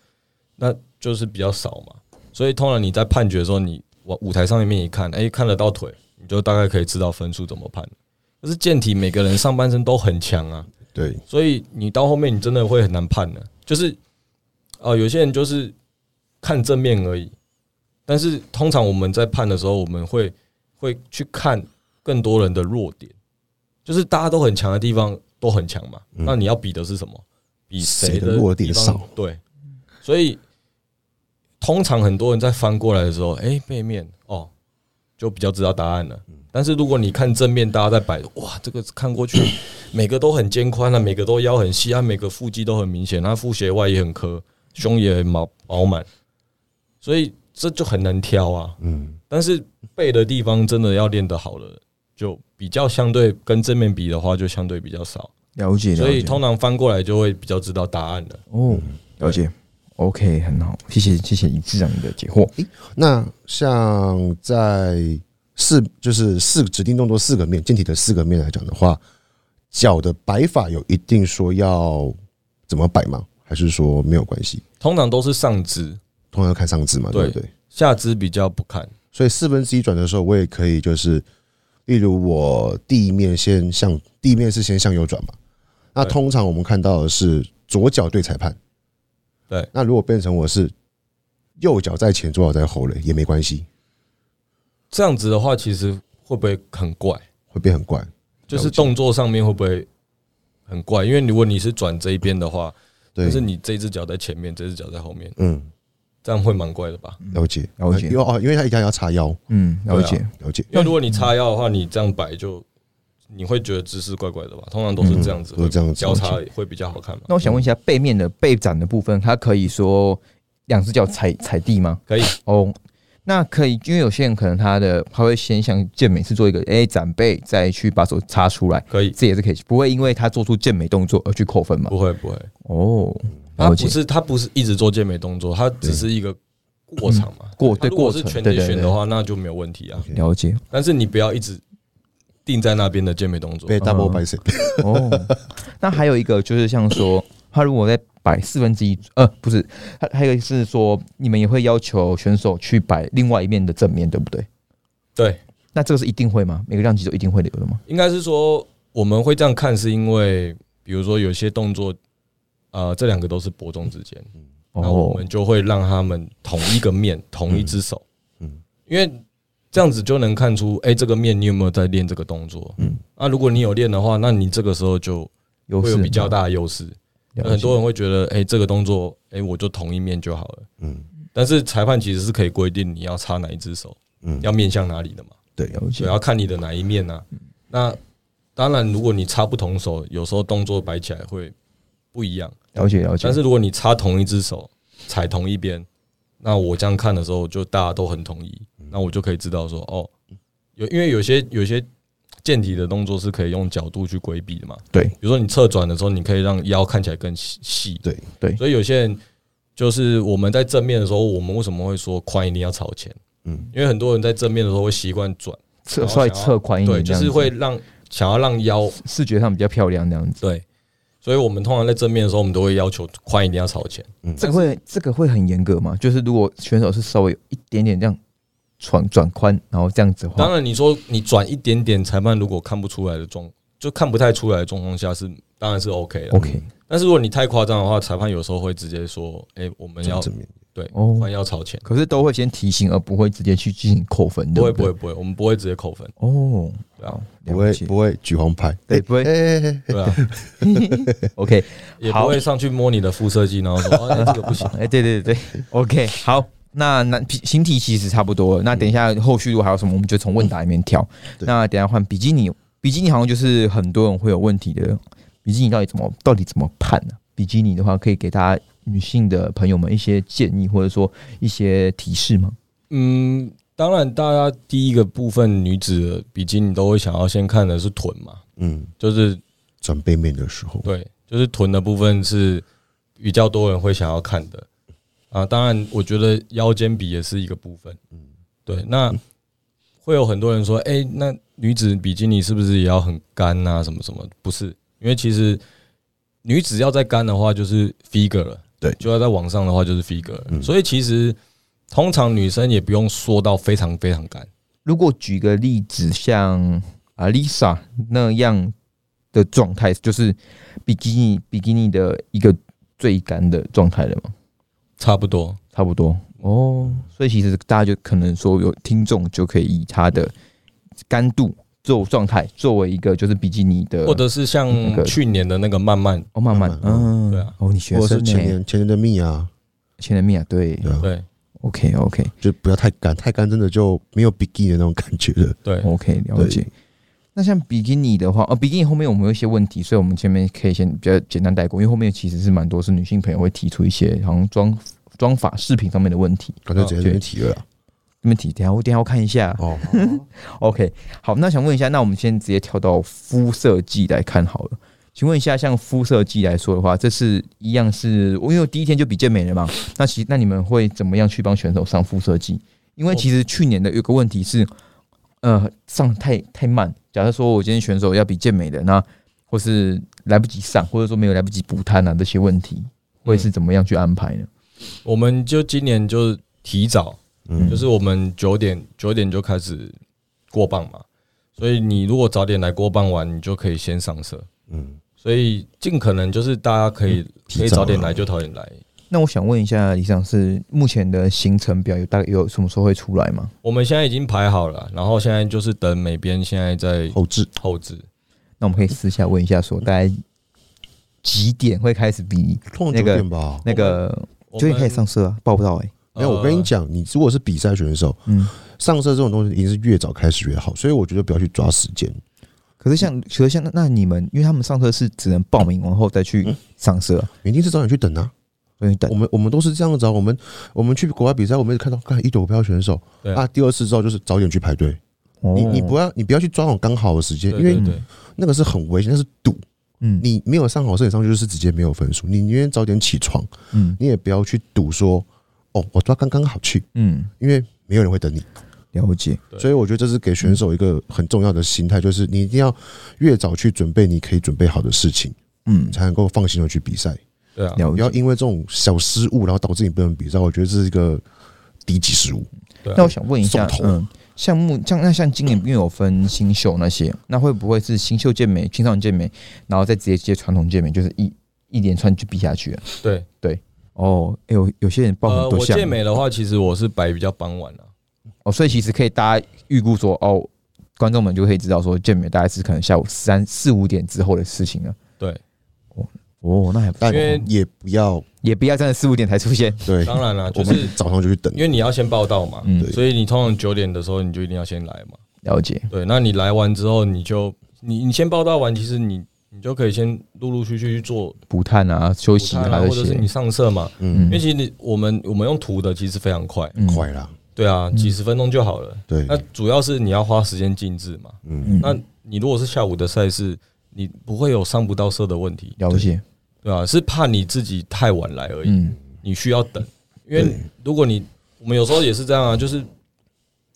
C: 那就是比较少嘛。所以通常你在判决的时候，你往舞台上面一看，哎、看得到腿，你就大概可以知道分数怎么判。可是健体每个人上半身都很强啊，
B: 对，
C: 所以你到后面你真的会很难判的、就是哦、呃有些人就是看正面而已，但是通常我们在判的时候，我们会会去看更多人的弱点，就是大家都很强的地方都很强嘛，
B: 嗯
C: 那你要比的是什么？比
B: 谁
C: 谁
B: 的
C: 的
B: 弱点
C: 地方
B: 少？
C: 对，所以通常很多人在翻过来的时候，哎、背面哦，就比较知道答案
B: 嗯
C: 了。但是如果你看正面，大家在摆，哇，这个看过去每个都很肩宽啊，每个都腰很细啊，每个腹肌都很明显，那腹斜外也很磕，胸也很饱饱满，所以这就很难挑啊。
B: 嗯，
C: 但是背的地方真的要练得好了，就比较相对跟正面比的话，就相对比较少，
A: 了解，
C: 所以
A: 了解
C: 通常翻过来就会比较知道答案了。
A: 哦，了解。OK，很好，谢谢谢谢尹志长你的解惑。
B: 那像在四就是四指定动作四个面，健体的四个面来讲的话，脚的摆法有一定说要怎么摆吗？还是说没有关系？
C: 通常都是上肢，
B: 通常要看上肢嘛，对
C: 对
B: 不对？
C: 下肢比较不看。
B: 所以四分之一转的时候，我也可以就是，例如我第一面先向第一面是先向右转嘛，那
C: 对
B: 通常我们看到的是左脚对裁判，
C: 对，
B: 那如果变成我是右脚在前，左脚在后嘞，也没关系，
C: 这样子的话，其实会不会很怪？
B: 会变很怪。
C: 就是动作上面会不会很怪？因为如果你是转这一边的话，
B: 对
C: 但，是你这只脚在前面，这只脚在后面，
B: 嗯，
C: 这样会蛮怪的吧？
B: 了解，
A: 了解
B: 因为哦，因为他一定要叉腰，
A: 嗯，了解。
C: 对
B: 了解，
C: 因为如果你叉腰的话，你这样摆就你会觉得姿势怪怪的吧？通常都是这样子，
B: 嗯都是这样子
C: 交叉会比较好看嘛？
A: 那我想问一
C: 嗯
A: 下，背面的背展的部分，它可以说两只脚踩踩地吗？
C: 可以，
A: 哦，那可以，因为有些人可能他的他会先像健美是做一个哎、展背，再去把手插出来，
C: 可以，
A: 这也是可以，不会因为他做出健美动作而去扣分嘛？
C: 不会不会，
A: 哦，
C: 他
A: 了
C: 不
A: 解，
C: 是他不是一直做健美动作，他只是一个过场嘛。
A: 过
C: 他
A: 对
C: 如果
A: 过
C: 是
A: 程，
C: 全
A: 对
C: 力
A: 对
C: 选的
A: 对，
C: 话，那就没有问题啊。
A: 了解。
C: 但是你不要一直定在那边的健美动作
B: 被，double bicep，
A: 哦，那还有一个就是像说，他如果在摆四分之一，呃，不是，还还有一个是说，你们也会要求选手去摆另外一面的正面，对不对？
C: 对，
A: 那这个是一定会吗？每个量级都一定会留的吗？
C: 应该是说我们会这样看，是因为比如说有些动作，呃，这两个都是伯仲之间，
A: 哦
C: 那我们就会让他们同一个面，同一只手，
B: 嗯，
C: 因为这样子就能看出，哎、这个面你有没有在练这个动作？嗯，那如果你有练的话，那你这个时候就
A: 优
C: 会
A: 势
C: 有比
A: 很
C: 较大的优势。
A: 了解
C: 很多人会觉得，哎、这个动作，哎、我就同一面就好了。
B: 嗯
C: 但是裁判其实是可以规定你要插哪一只手，
B: 嗯，
C: 要面向哪里的嘛，
B: 对，
A: 了解
C: 对，，啊要看你的哪一面啊。那当然，如果你插不同手，有时候动作摆起来会不一样。
A: 了解了解。
C: 但是如果你插同一只手，踩同一边，那我这样看的时候，就大家都很统一，
B: 嗯
C: 那我就可以知道说，哦，有因为有些有些健体的动作是可以用角度去规避的嘛，
B: 对
C: 比如说你侧转的时候，你可以让腰看起来更细细，
B: 对
A: 对
C: 所以有些人就是我们在正面的时候，我们为什么会说髋一定要朝前？
B: 嗯
C: 因为很多人在正面的时候会习惯转，
A: 侧
C: 然后
A: 稍微
C: 想要
A: 侧宽一点，
B: 嗯
C: 对，就是会让想要让腰
A: 视觉上比较漂亮这样子。
C: 对，所以我们通常在正面的时候，我们都会要求髋一定要朝前。
B: 嗯
A: 这个会这个会很严格吗？就是如果选手是稍微有一点点这样转转宽，然后这样子的
C: 当
A: 话，
C: 然，你说你转一点点，裁判如果看不出来的状，就看不太出来的状况下是，当然是 OK 的。
A: OK
C: 但是如果你太夸张的话，裁判有时候会直接说：“哎、我们要
B: 正面
C: 对
A: 哦
C: 换要朝前。
A: 可是都会先提醒，而不会直接去进行扣分，”
C: 不
A: 对
C: 会
A: 不
C: 不
A: 对
C: 会不会，我们不会直接 扣分，
A: 哦，
C: 对啊
A: 好
B: 不会
A: 了解
B: 不会举红牌，
A: 对不会
B: 哎哎哎
C: 对啊，
A: OK，
C: 也
A: 好
C: 不会上去摸你的腹射肌，然 后说：“哦，哎这个不行。
A: 哎，对对对对，OK，好，那那形体其实差不多了。那等一下后续如果还有什么，我们就从问答里面挑。
B: 对
A: 那等一下换比基尼，比基尼好像就是很多人会有问题的。比基尼到底怎么到底怎么判呢、比基尼的话，可以给大家女性的朋友们一些建议，或者说一些提示吗？”
C: 嗯，当然，大家第一个部分女子的比基尼都会想要先看的是臀嘛，
B: 嗯，
C: 就是
B: 转背面的时候，
C: 对，就是臀的部分是比较多人会想要看的啊。当然，我觉得腰间比也是一个部分。嗯，对。那会有很多人说，哎、那女子比基尼是不是也要很干啊？什么什么？不是，因为其实女子要再干的话，就是 figure 了。
B: 对
C: 就要在往上的话，就是 figure 了。
A: 嗯
C: 所以其实通常女生也不用说到非常非常干。
A: 如果举个例子，像啊 Lisa 那样的状态，就是比基尼比基尼的一个最干的状态了吗？
C: 差不多，
A: 差不多哦。所以其实大家就可能说有听众就可以以他的干度做状态作为一个就是比基尼的
C: 或者是像
A: 那个
C: 去年的那个慢慢，
A: 哦慢慢
B: 慢慢
A: 嗯
C: 对啊
A: 哦你学
B: 或者
A: 生
B: 是
A: 呢
B: 前年前年的蜜啊，
A: 前面啊对
B: 对啊，
C: 对
A: OK OK
B: 就不要太干，太干真的就没有 big 的那种感觉了。
C: 对，
A: OK 了解。那像比基尼的话，哦，比基尼后面我们有一些问题，所以我们前面可以先比较简单带过，因为后面其实是蛮多是女性朋友会提出一些好像妆妆法、饰品上面的问题。
B: 干脆直接这边提了啊啦。
A: 你们提，等一下我等一下要看一下。
B: 哦，
A: OK，好，那想问一下，那我们先直接跳到肤色剂来看好了。请问一下，像肤色剂来说的话，这是一样是，因为我第一天就比健美了嘛。那其那你们会怎么样去帮选手上肤色剂？因为其实去年的有个问题是，呃，上太太慢。假设说我今天选手要比健美的，那或是来不及上，或者说没有来不及补碳啊这些问题，会是怎么样去安排呢？
C: 我们就今年就提早，
B: 嗯
C: 就是我们九点九点就开始过磅嘛，所以你如果早点来过磅完，你就可以先上色。
B: 嗯，
C: 所以尽可能就是大家可以
B: 提早
C: 可以早点
B: 了
C: 来就早点来。
A: 那我想问一下，李尚是目前的行程表有大概有什么时候会出来吗？
C: 我们现在已经排好了，然后现在就是等美编现在在
B: 啊后置
C: 后置。
A: 那我们可以私下问一下，说大概几点会开始比
B: 通常九点吧。
A: 那个
C: 我
A: 九点
C: 们呃
A: 开始上色啊？报不到哎、
B: 没有，我跟你，讲，你如果是比赛选手，
A: 嗯。
B: 上色这种东西一定是越早开始越好，所以我觉得不要去抓时间。
A: 可是像，可是像那那你们，因为他们上色是只能报名完后再
C: 嗯
A: 去上色、啊，
B: 你一定是早点去等啊。
A: 所以等
B: 我们我们都是这样子啊。我们我们去国外比赛，我们也看到看一九票选手
C: 对
B: 啊，第二次之后就是早点去排队。
A: 哦
B: 你你不要你不要去抓那种刚好的时间，
C: 呃
B: 因
C: 对
B: 为
C: 对对，
B: 那个是很危险，那是赌。
A: 嗯
B: 你没有上好摄影上去就是直接没有分数。你宁愿早点起床，
A: 嗯
B: 你也不要去赌说哦，我抓刚刚好去，
A: 嗯
B: 因为没有人会等你。
A: 了解
C: 对
B: 所以我觉得这是给选手一个很重要的心态，就是你一定要越早去准备你可以准备好的事情，
A: 嗯
B: 你才能够放心的去比赛。
C: 对啊，
A: 了
B: 不
A: 解
B: 要因为这种小失误，然后导致你不能比赛。我觉得这是一个低级失误。
C: 对啊
A: 那我想问一下
B: 送，头
A: 嗯，像目像那像今年因为有分新秀那些，那会不会是新秀健美、青少年健美，然后再直接接传统健美，就是一一连串就比下去了？啊
C: 对，
A: 哦，哎、有有些人报
C: 呃，
A: 很多
C: 我
A: 项、
C: 健美的话，其实我是摆比较傍晚啊，
A: 哦，所以其实可以大家预估说，哦，观众们就可以知道说健美大概是可能下午三四五点之后的事情了。
C: 对，
A: 哦哦，那还不
B: 但
C: 因为
B: 也不要
A: 也不要真的四五点才出现，
B: 对，
C: 当然啦，
B: 我
C: 就是
B: 们早上就去等
C: 因。为你要先报到嘛，
A: 嗯
B: 对
C: 所以你通常九点的时候你就一定要先来嘛。
A: 了解。
C: 对，那你来完之后，你就你你先报到完，其实你你就可以先陆陆续续去做
A: 补碳啊，休
C: 补
A: 息
C: 碳
A: 啊
C: 啊，
A: 这
C: 或者是你
A: 些，
C: 上色嘛。
A: 嗯
C: 因为其实你我们我们用涂的其实非常快，
A: 嗯
B: 快啦，
C: 对啊，几十分钟就好了。
B: 对，
C: 那主要是你要花时间静置嘛。
B: 嗯
A: 嗯，
C: 那你如果是下午的赛事，你不会有上不到色的问题，
A: 了解，
C: 对吧、是怕你自己太晚来而已，
A: 嗯，
C: 你需要等，因为
B: 对
C: 如果你我们有时候也是这样啊，就是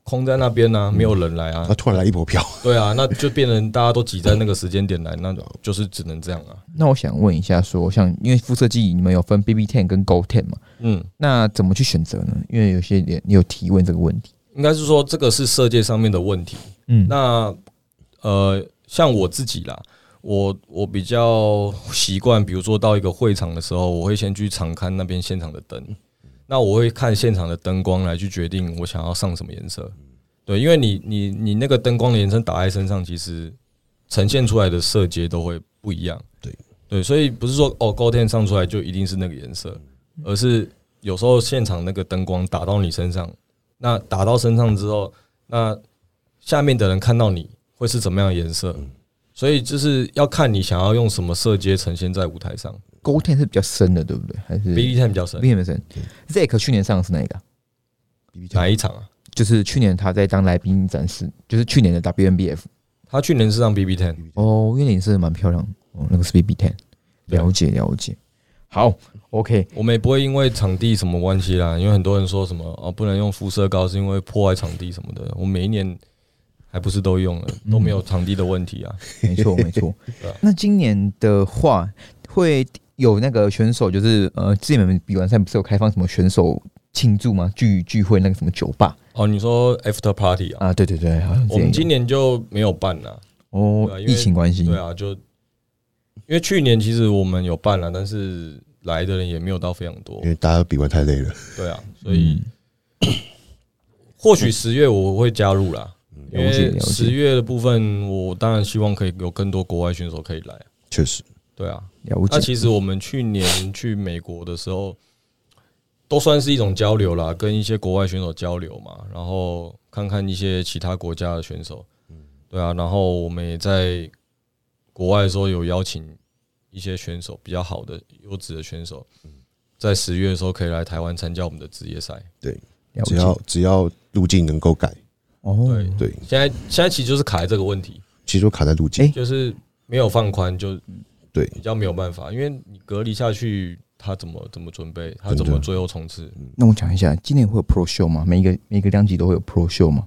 C: 空在那边呢、没有人来啊
B: 那，突然来一波票，
C: 对啊，那就变成大家都挤在那个时间点来，那就是只能这样啊。
A: 那我想问一下说像因为肤色剂你们有分 BB Ten 跟 Go Ten 嘛？
C: 嗯，
A: 那怎么去选择呢？因为有些人你有提问这个问题，
C: 应该是说这个是色界上面的问题。
A: 嗯
C: 那呃，像我自己啦，我我比较习惯，比如说到一个会场的时候，我会先去场看那边现场的灯，那我会看现场的灯光来去决定我想要上什么颜色。对，因为你你你那个灯光的延伸打在身上，其实呈现出来的色阶都会不一样。
B: 对
C: 对，所以不是说哦高天上出来就一定是那个颜色，而是有时候现场那个灯光打到你身上，那打到身上之后，那下面的人看到你会是怎么样的颜色，所以就是要看你想要用什么色阶呈现在舞台上。
A: Go Ten 是比较深的，对不对？还是
C: B B time 比较深，
A: 嗯 B 很深？Zack 去年上的是哪一个啊？
C: 哪一场啊？
A: 就是去年他在当来宾展示，就是去年的 WNBF。
C: 他去年是上 B B time，
A: 哦，因为你是蛮漂亮的，哦，那个是 BB Ten，
C: 对
A: 了解了解。好，OK，
C: 我们也不会因为场地什么关系啦，因为很多人说什么哦不能用辐射膏是因为破坏场地什么的，我每一年还不是都用了，
A: 嗯
C: 都没有场地的问题啊。
A: 没错没错
C: 对啊。
A: 那今年的话，会有那个选手，就是呃，之前你们比完赛不是有开放什么选手庆祝吗？聚聚会那个什么酒吧
C: 哦，你说 after party 啊？
A: 啊？对对对，好像之前有
C: 我们今年就没有办啦，对
A: 哦
C: 啊，因为
A: 疫情关系，
C: 对啊，就因为去年其实我们有办了，但是来的人也没有到非常多
B: 因，为大家比完太累了，
C: 对啊，所以
A: 嗯，
C: 或许十月我会加入啦，因
A: 嗯了解
C: 为
A: 了
C: 十
A: 解
C: 月的部分，我当然希望可以有更多国外选手可以来，啊
B: 确实，
C: 对啊，
A: 了
C: 那
A: 解。
C: 其实我们去年去美国的时候，都算是一种交流啦，跟一些国外选手交流嘛，然后看看一些其他国家的选手，对啊，然后我们也在国外的时候有邀请一些选手比较好的优质的选手，在十月的时候可以来台湾参加我们的职业赛。
A: 了
B: 只
A: 解
B: 要只要路径能够改，
A: 哦
C: 对，
B: 对，
C: 现在现在其实就是卡在这个问题，
B: 其实就卡在路径
A: 哎，
C: 就是没有放宽，就
B: 对
C: 比较没有办法，因为你隔离下去，他怎么怎么准备，他
B: 真的
C: 怎么最后冲刺？
A: 那我讲一下，今年会有 Pro Show 吗？每一个每一个量级都会有 Pro Show 吗？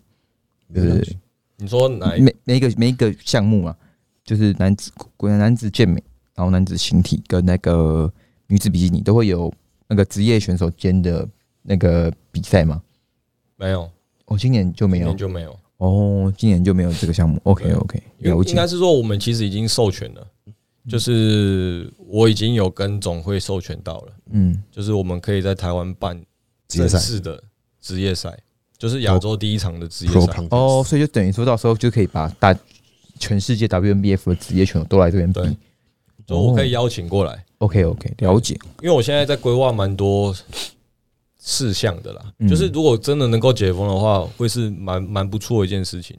B: 没有
A: 对
B: 关
A: 对
B: 系
C: 你说哪一
A: 每每一个每一个项目啊，就是男子国男子健美，然后男子形体跟那个女子比基尼都会有那个职业选手间的那个比赛吗？
C: 没有，
A: 哦，今年就没
C: 今
A: 有
C: 年就没有。
A: 哦，今年就没有这个项目。OK
C: 对
A: OK，
C: 因
A: 了
C: 为应
A: 解嗯
C: 该。是说，我们其实已经授权了，就是我已经有跟总会授权到了，
A: 嗯，
C: 就是我们可以在台湾办
B: 职业赛
C: 正式的职业赛，就是亚洲第一场的职业
B: Pro
C: 赛。
B: Contest
A: 哦，，所以就等于说到时候就可以把大全世界 WNBF 的职业选手都来这边比
C: 对。所以我可
A: 哦
C: 以邀请过来，
A: OK OK，了解。
C: 因为我现在在规划蛮多事项的啦。
A: 嗯
C: 就是如果真的能够解封的话，会是蛮蛮不错的一件事情。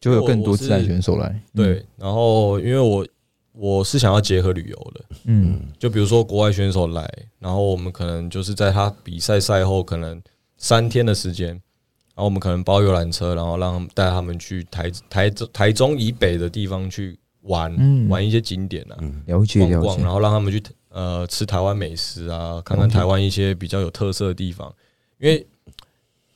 A: 就会有更
C: 我
A: 多
C: 我是
A: 自然选手来。
C: 对，然后因为我我是想要结合旅游的，
A: 嗯，嗯，
C: 就比如说国外选手来，然后我们可能就是在他比赛赛后可能三天的时间，然后我们可能包游览车，然后让他们带他们去台台台中以北的地方去玩，
A: 嗯
C: 玩一些景点啊，
A: 了解
C: 逛
A: 了
C: 逛，啊
A: 解
C: 然。后让他们去呃吃台湾美食啊，看看台湾一些比较有特色的地方。因为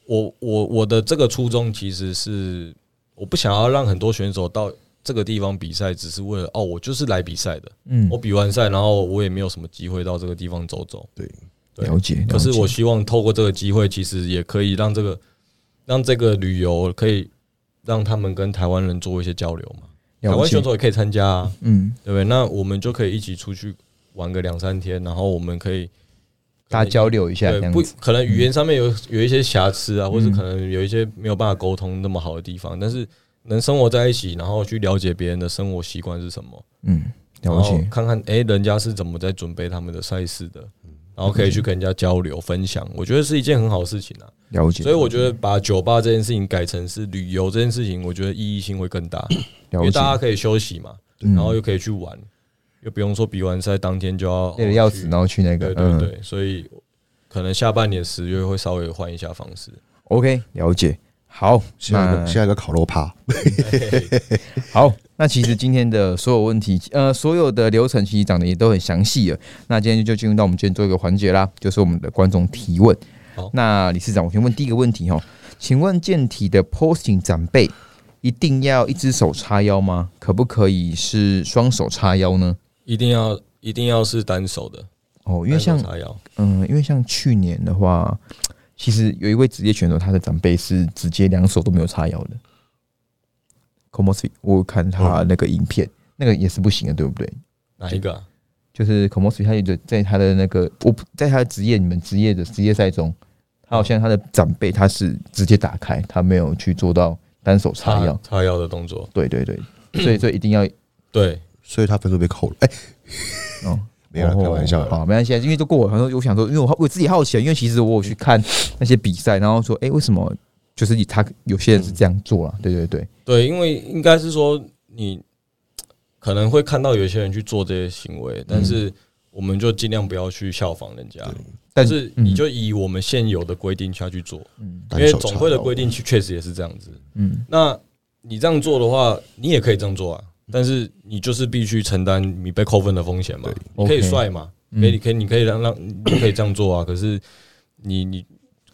C: 我我我的这个初衷其实是我不想要让很多选手到这个地方比赛，只是为了哦，我就是来比赛的。
A: 嗯
C: 我比完赛，然后我也没有什么机会到这个地方走走。
B: 对，
C: 对
A: 了解。
C: 可是
A: 了解
C: 我希望透过这个机会，其实也可以让这个让这个旅游可以让他们跟台湾人做一些交流嘛。台
A: 了
C: 湾
A: 解
C: 选手也可以参加、啊，
A: 嗯，
C: 对不对？那我们就可以一起出去玩个两三天，然后我们可以
A: 大家交流一下这
C: 对，
A: 样
C: 不
A: 子。
C: 可能语言上面有有一些瑕疵啊，或是
A: 嗯
C: 可能有一些没有办法沟通那么好的地方，但是能生活在一起，然后去了解别人的生活习惯是什么，
A: 嗯，
C: 然
A: 了
C: 后
A: 解。
C: 看看诶人家是怎么在准备他们的赛事的，
A: 嗯
C: 然后可以去跟人家交流分享，我觉得是一件很好的事情啊。
A: 了解。
C: 所以我觉得把酒吧这件事情改成是旅游这件事情，我觉得意义性会更大，因
A: 了
C: 为大家
A: 解。
C: 可以休息嘛，
A: 嗯
C: 然后又可以去玩，又不用说比完赛当天就要
A: 累得要死，
C: 去
A: 然后去那个
C: 对对
A: 嗯
C: 对，所以可能下半年十月会稍微换一下方式。
A: OK，了解。好，
B: 下一个
A: 那
B: 下一个烤肉趴，
A: 好，那其实今天的所有问题，呃，所有的流程其实讲的也都很详细了。那今天就进入到我们今天最后一个环节啦，就是我们的观众提问
C: 好。
A: 那理事长，我先问第一个问题哦，请问健体的 posting 展背一定要一只手叉腰吗？可不可以是双手叉腰呢？
C: 一定要一定要是单手的，
A: 哦，因为像
C: 单手叉腰，
A: 嗯、因为像去年的话，其实有一位职业选手，他的长辈是直接两手都没有叉腰的。c o m o s i 我有看他那个影片，那个也是不行的，对不对？
C: 哪一个、啊？
A: 就是 c o m o s i 他有在在他的那个，我不在他的职业你们职业的职业赛中，他好像他的长辈他是直接打开，他没有去做到单手叉腰。
C: 叉腰的动作，
A: 对对对，所以所以一定要
C: 对，
B: 所以他分数被扣了。哎，
A: 哦，
B: 没有啦开玩笑的
A: 好，没关系，因为都过我，然后我想说，因为我我自己好奇，啊因为其实我有去看那些比赛，然后说，哎、为什么就是他有些人是这样做
B: 嗯
A: 啦？对对对，
C: 对，因为应该是说你可能会看到有些人去做这些行为，
B: 嗯
C: 但是我们就尽量不要去效仿人家，
A: 但
C: 但是
A: 嗯
C: 你就以我们现有的规定下去做，因
B: 单
C: 为
B: 手
C: 总
B: 叉
C: 会的
B: 腰
C: 规定确确实也是这样子。
A: 嗯，
C: 那你这样做的话，你也可以这样做啊，但是你就是必须承担你被扣分的风险嘛。你可以
A: OK
C: 帅嘛，
A: 嗯
C: 可以，可以，你可以让让你可以这样做啊。可是你你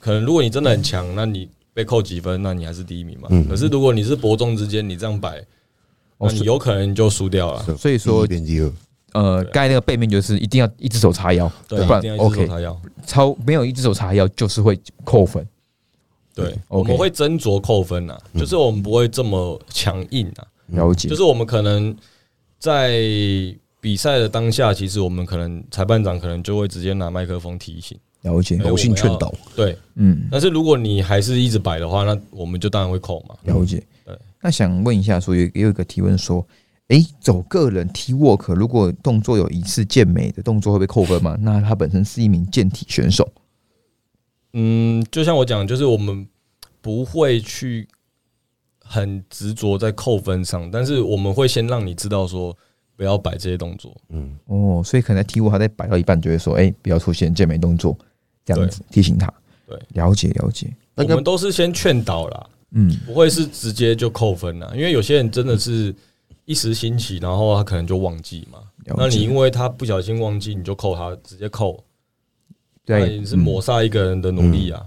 C: 可能如果你真的很强，那你被扣几分，那你还是第一名嘛。可是如果你是伯仲之间，你这样摆，那
A: 嗯哦
C: 你有啊可能就输掉啊了。
B: 是
A: 所以说
B: 第一变第二，
A: 呃，刚才那个背面就是一定要一只手叉腰，
C: 对，
A: 不
C: 一定
A: 然
C: 要一直
A: OK
C: 手叉腰。
A: 超没有一只手叉腰就是会扣分。
C: 对，我
A: OK 嗯
C: 们会斟酌扣分呐，就是我们不会这么强硬啊。
B: 嗯
A: 了解，
C: 就是我们可能在比赛的当下，其实我们可能裁判长可能就会直接拿麦克风提醒，
A: 了解，
C: 哎
B: 柔性劝导。
C: 对。
A: 嗯，
C: 但是如果你还是一直摆的话，那我们就当然会扣嘛。
A: 了解
C: 对。
A: 那想问一下说有也有一个提问说，诶，走个人 T work 如果动作有一次健美的动作会被扣分吗？那他本身是一名健体选手，
C: 嗯，就像我讲，就是我们不会去很执着在扣分上，但是我们会先让你知道说不要摆这些动作。
B: 嗯，
A: 哦，所以可能在 T 五他在摆到一半就会说，哎、不要出现健美动作，这样子提醒他。
C: 对，
A: 了解了解，
B: 那
C: 我
B: 应该
C: 们都是先劝导啦，
A: 嗯，
C: 不会是直接就扣分啊啦，因为有些人真的是一时兴起，然后他可能就忘记嘛。那
A: 了
C: 你
A: 解。
C: 因为他不小心忘记，你就扣他，直接扣，那
A: 对，嗯
C: 你是抹杀一个人的努力啊。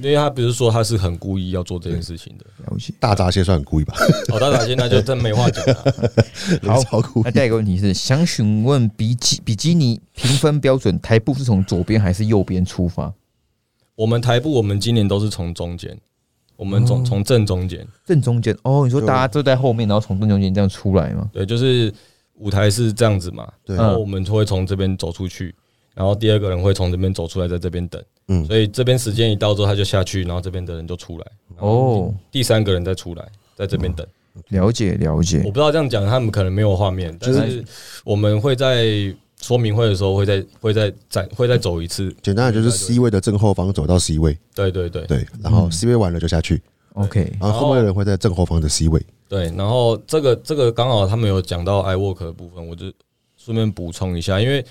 C: 因为他不是说他是很故意要做这件 事情的。
A: 嗯了解。
B: 大闸蟹算很故意吧？
C: 好，大打现在就真没话讲啊 了。
A: 好
B: 超故
A: 那
B: 意。
A: 第二个问题是，想询问比基比基尼评分标准，台步是从左边还是右边出发？
C: 我们台步，我们今年都是从中间，我们
A: 哦
C: 从从正中间，
A: 正中间哦，你说
B: 对
A: 大家都在后面，然后从正中间这样出来吗？
C: 对，就是舞台是这样子嘛。
B: 对
C: 然后我们就会从这边走出去，然后第二个人会从这边走出来，在这边等。
B: 嗯
C: 所以这边时间一到之后，他就下去，然后这边的人就出来，
A: 哦，
C: 第三个人再出来，在这边等。
A: 了解了
C: 我
A: 解
C: 不知道这样讲他们可能没有画面，但是我们会在说明会的时候会再会再展会再走一次。
B: 简单的就是 C 位的正后方走到 C 位，
C: 对对对
B: 对，然
A: 嗯
B: 后 C 位完了就下去，
A: ，OK，
B: 然后后面的人会在正后方的 C 位。
C: 对，然后这个这个刚好他们有讲到 i work 的部分，我就顺便补充一下，因为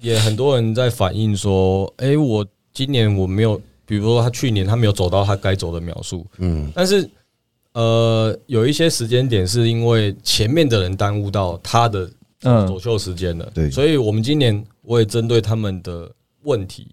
C: 也很多人在反映说，诶，我今年我没有，比如说他去年他没有走到他该走的秒数，
B: 嗯，
C: 但是呃，有一些时间点是因为前面的人耽误到他的走
A: 嗯，
C: 秀时间了，
B: 对
C: 所以我们今年我也针对他们的问题，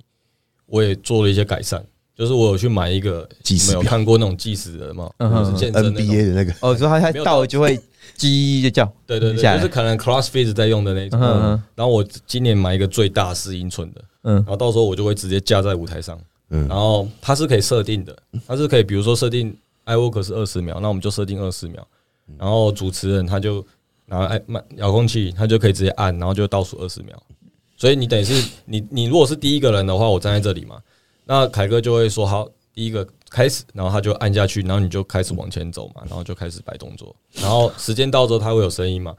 C: 我也做了一些改善，就是我有去买一个，
B: 计时
C: 你们有
B: 表
C: 看过那种计时的吗？
A: 嗯
C: 就是健身那种。
B: ，NBA 的那个
A: 哦，说他他
C: 没有
A: 到了就 会叽就叫，
C: 对对
A: 下
C: 对，
A: 来
C: 就是可能 CrossFit 在用的那种。
A: 嗯嗯嗯
C: 然后我今年买一个最大四英寸的，
A: 嗯
C: 然后到时候我就会直接架在舞台上，嗯，然后它是可以设定的，它是可以比如说设定 i work 是二十秒，那我们就设定二十秒，然后主持人他就拿哎慢遥控器，他就可以直接按，然后就倒数二十秒，所以你等于是你你如果是第一个人的话，我站在这里嘛，那凯哥就会说好，第一个开始，然后他就按下去，然后你就开始往前走嘛，然后就开始摆动作，然后时间到之后他会有声音嘛，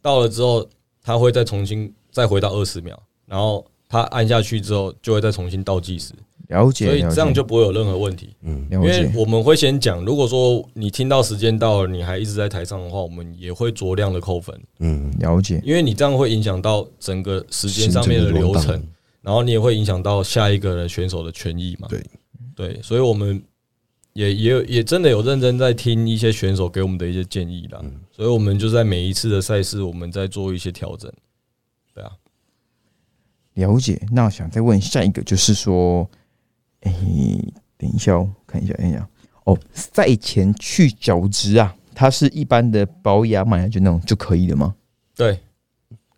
C: 到了之后他会再重新再回到二十秒，然后他按下去之后就会再重新倒计时，
A: 了解，
C: 所以
A: 了解
C: 这样就不会有任何问题。因
A: 了
C: 为
A: 解，
C: 我们会先讲，如果说你听到时间到了，你还一直在台上的话，我们也会酌量的扣分，
B: 嗯，
A: 了解，
C: 因为你这样会影响到整个时间上面的
B: 行政
C: 流
B: 动荡
C: 程，然后你也会影响到下一个人选手的权益嘛。
B: 对
C: 对，所以我们也也有也真的有认真在听一些选手给我们的一些建议
A: 嗯
C: 啦，
B: 嗯
C: 所以我们就在每一次的赛事，我们在做一些调整。对啊，
A: 了解。那想再问下一个，就是说，哎、等一下哦，看一下，看一下哦，赛前去角质啊，它是一般的保养马甲就那种就可以的吗？
C: 对，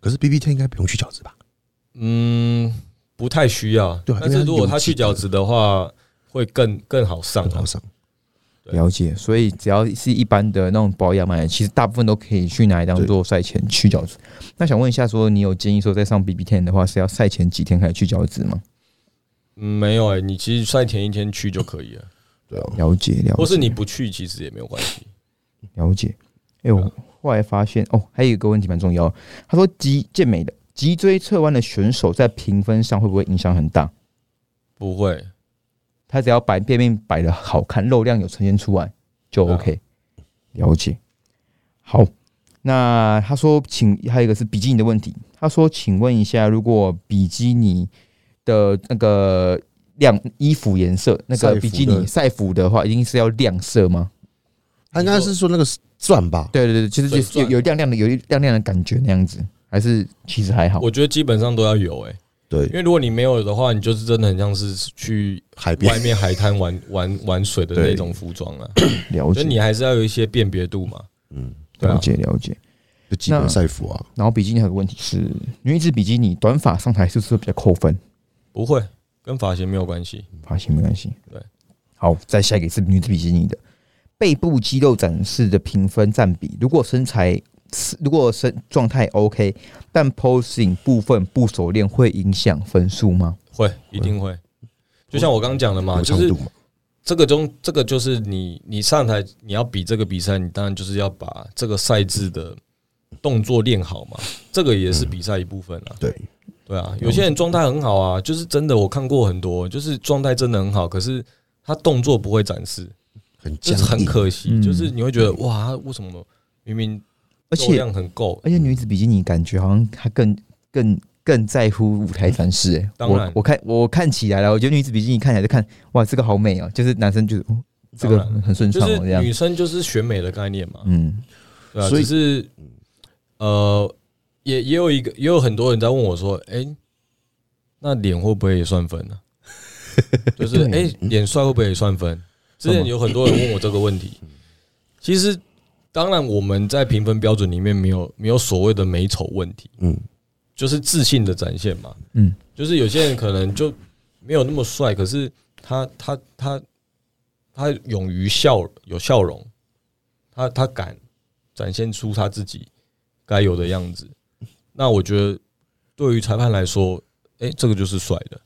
B: 可是 B B T 应该不用去角质吧？
C: 嗯，不太需要，
B: 对啊
C: 但
B: 因为
C: 是
B: 它
C: 如果他
B: 有几
C: 去角质的话，会更更好上
B: 很
C: 啊
B: 好。上，
C: 对
A: 了解，所以只要是一般的那种保养马甲，其实大部分都可以去拿来当做赛前去角质。那想问一下说你有建议说在上 BB Ten 的话，是要赛前几天开始去角质吗？
C: 嗯，没有哎、你其实赛前一天去就可以了，
B: 对啊，
A: 了解，了解。
C: 或是你不去其实也没有关系。
A: 了解。哎、
B: 嗯
A: 我后来发现哦，还有一个问题蛮重要的。他说脊健美的脊椎侧弯的选手在评分上会不会影响很大？
C: 不会，
A: 他只要摆便面摆的好看，肉量有呈现出来就
B: 嗯
C: 对啊
A: OK。了解。好，那他说请还有一个是比基尼的问题。他说，请问一下，如果比基尼的那个亮衣服颜色，那
B: 赛
A: 个
B: 服
A: 比基
B: 的
A: 尼赛服的话，一定是要亮色吗？
B: 他应该是说那个钻吧？
A: 对对对，其实
C: 粉
A: 就是有
C: 钻
A: 有亮亮的，有一亮亮的感觉那样子，还是其实还好。
C: 我觉得基本上都要有哎、因
B: 对，
C: 为如果你没有的话，你就是真的很像是去
B: 海边
C: 外面海滩玩 玩玩水的那
B: 对
C: 种服装啊，
A: 了
C: 所
A: 解
C: 以，你还是要有一些辨别度嘛。
B: 嗯，
C: 对
A: 了
C: 啊，
A: 解，了解。
B: 就基本
A: 那
B: 赛服啊，
A: 然后比基尼还有个问题是，女子比基尼短发上台是不是比较扣分？
C: 不会跟发型没有关系。
A: 发型没关系。
C: 对，
A: 好，再下一个是女子比基尼的背部肌肉展示的评分占比，如果身材如果身状态 OK，但 posing 部分不熟练会影响分数吗？
C: 会，一定会。就像我刚刚讲的嘛，
B: 有
C: 就
B: 长
C: 是
B: 度嘛，
C: 这个中，这个就是你你上台你要比这个比赛，你当然就是要把这个赛制的动作练好嘛，这个也是比赛一部分啊。
B: 对，
C: 对啊，有些人状态很好啊，就是真的我看过很多，就是状态真的很好，可是他动作不会展示，
B: 很
C: 这
B: 僵
C: 是很
B: 硬，
C: 可
A: 嗯
C: 惜。就是你会觉得哇，他为什么明明
A: 而
C: 肉
A: 且
C: 量很够，
A: 而且女子比基尼感觉好像她更更更在乎舞台展示、欸。
C: 当然
A: 我我看我看起来了，我觉得女子比基尼看起来就看哇，这个好美哦、就是男生就、哦这个
C: 当然
A: 很顺
C: 就
A: 畅
C: 是
A: 哦，这样
C: 女。生就是选美的概念嘛，
A: 嗯，
C: 对啊，
B: 所以
C: 只是呃，也也有一个也有很多人在问我说，哎、那脸会不会也算 分呢、就是哎，
A: 对
C: 诶脸、帅会不会也算分？之前有很多人问我这个问题。其实，当然我们在评分标准里面没有没有所谓的美丑问题，
B: 嗯，
C: 就是自信的展现嘛。
A: 嗯，
C: 就是有些人可能就没有那么帅，可是他他他他勇于笑，有笑容，他他敢展现出他自己该有的样子。那我觉得对于裁判来说，诶，这个就是帅的，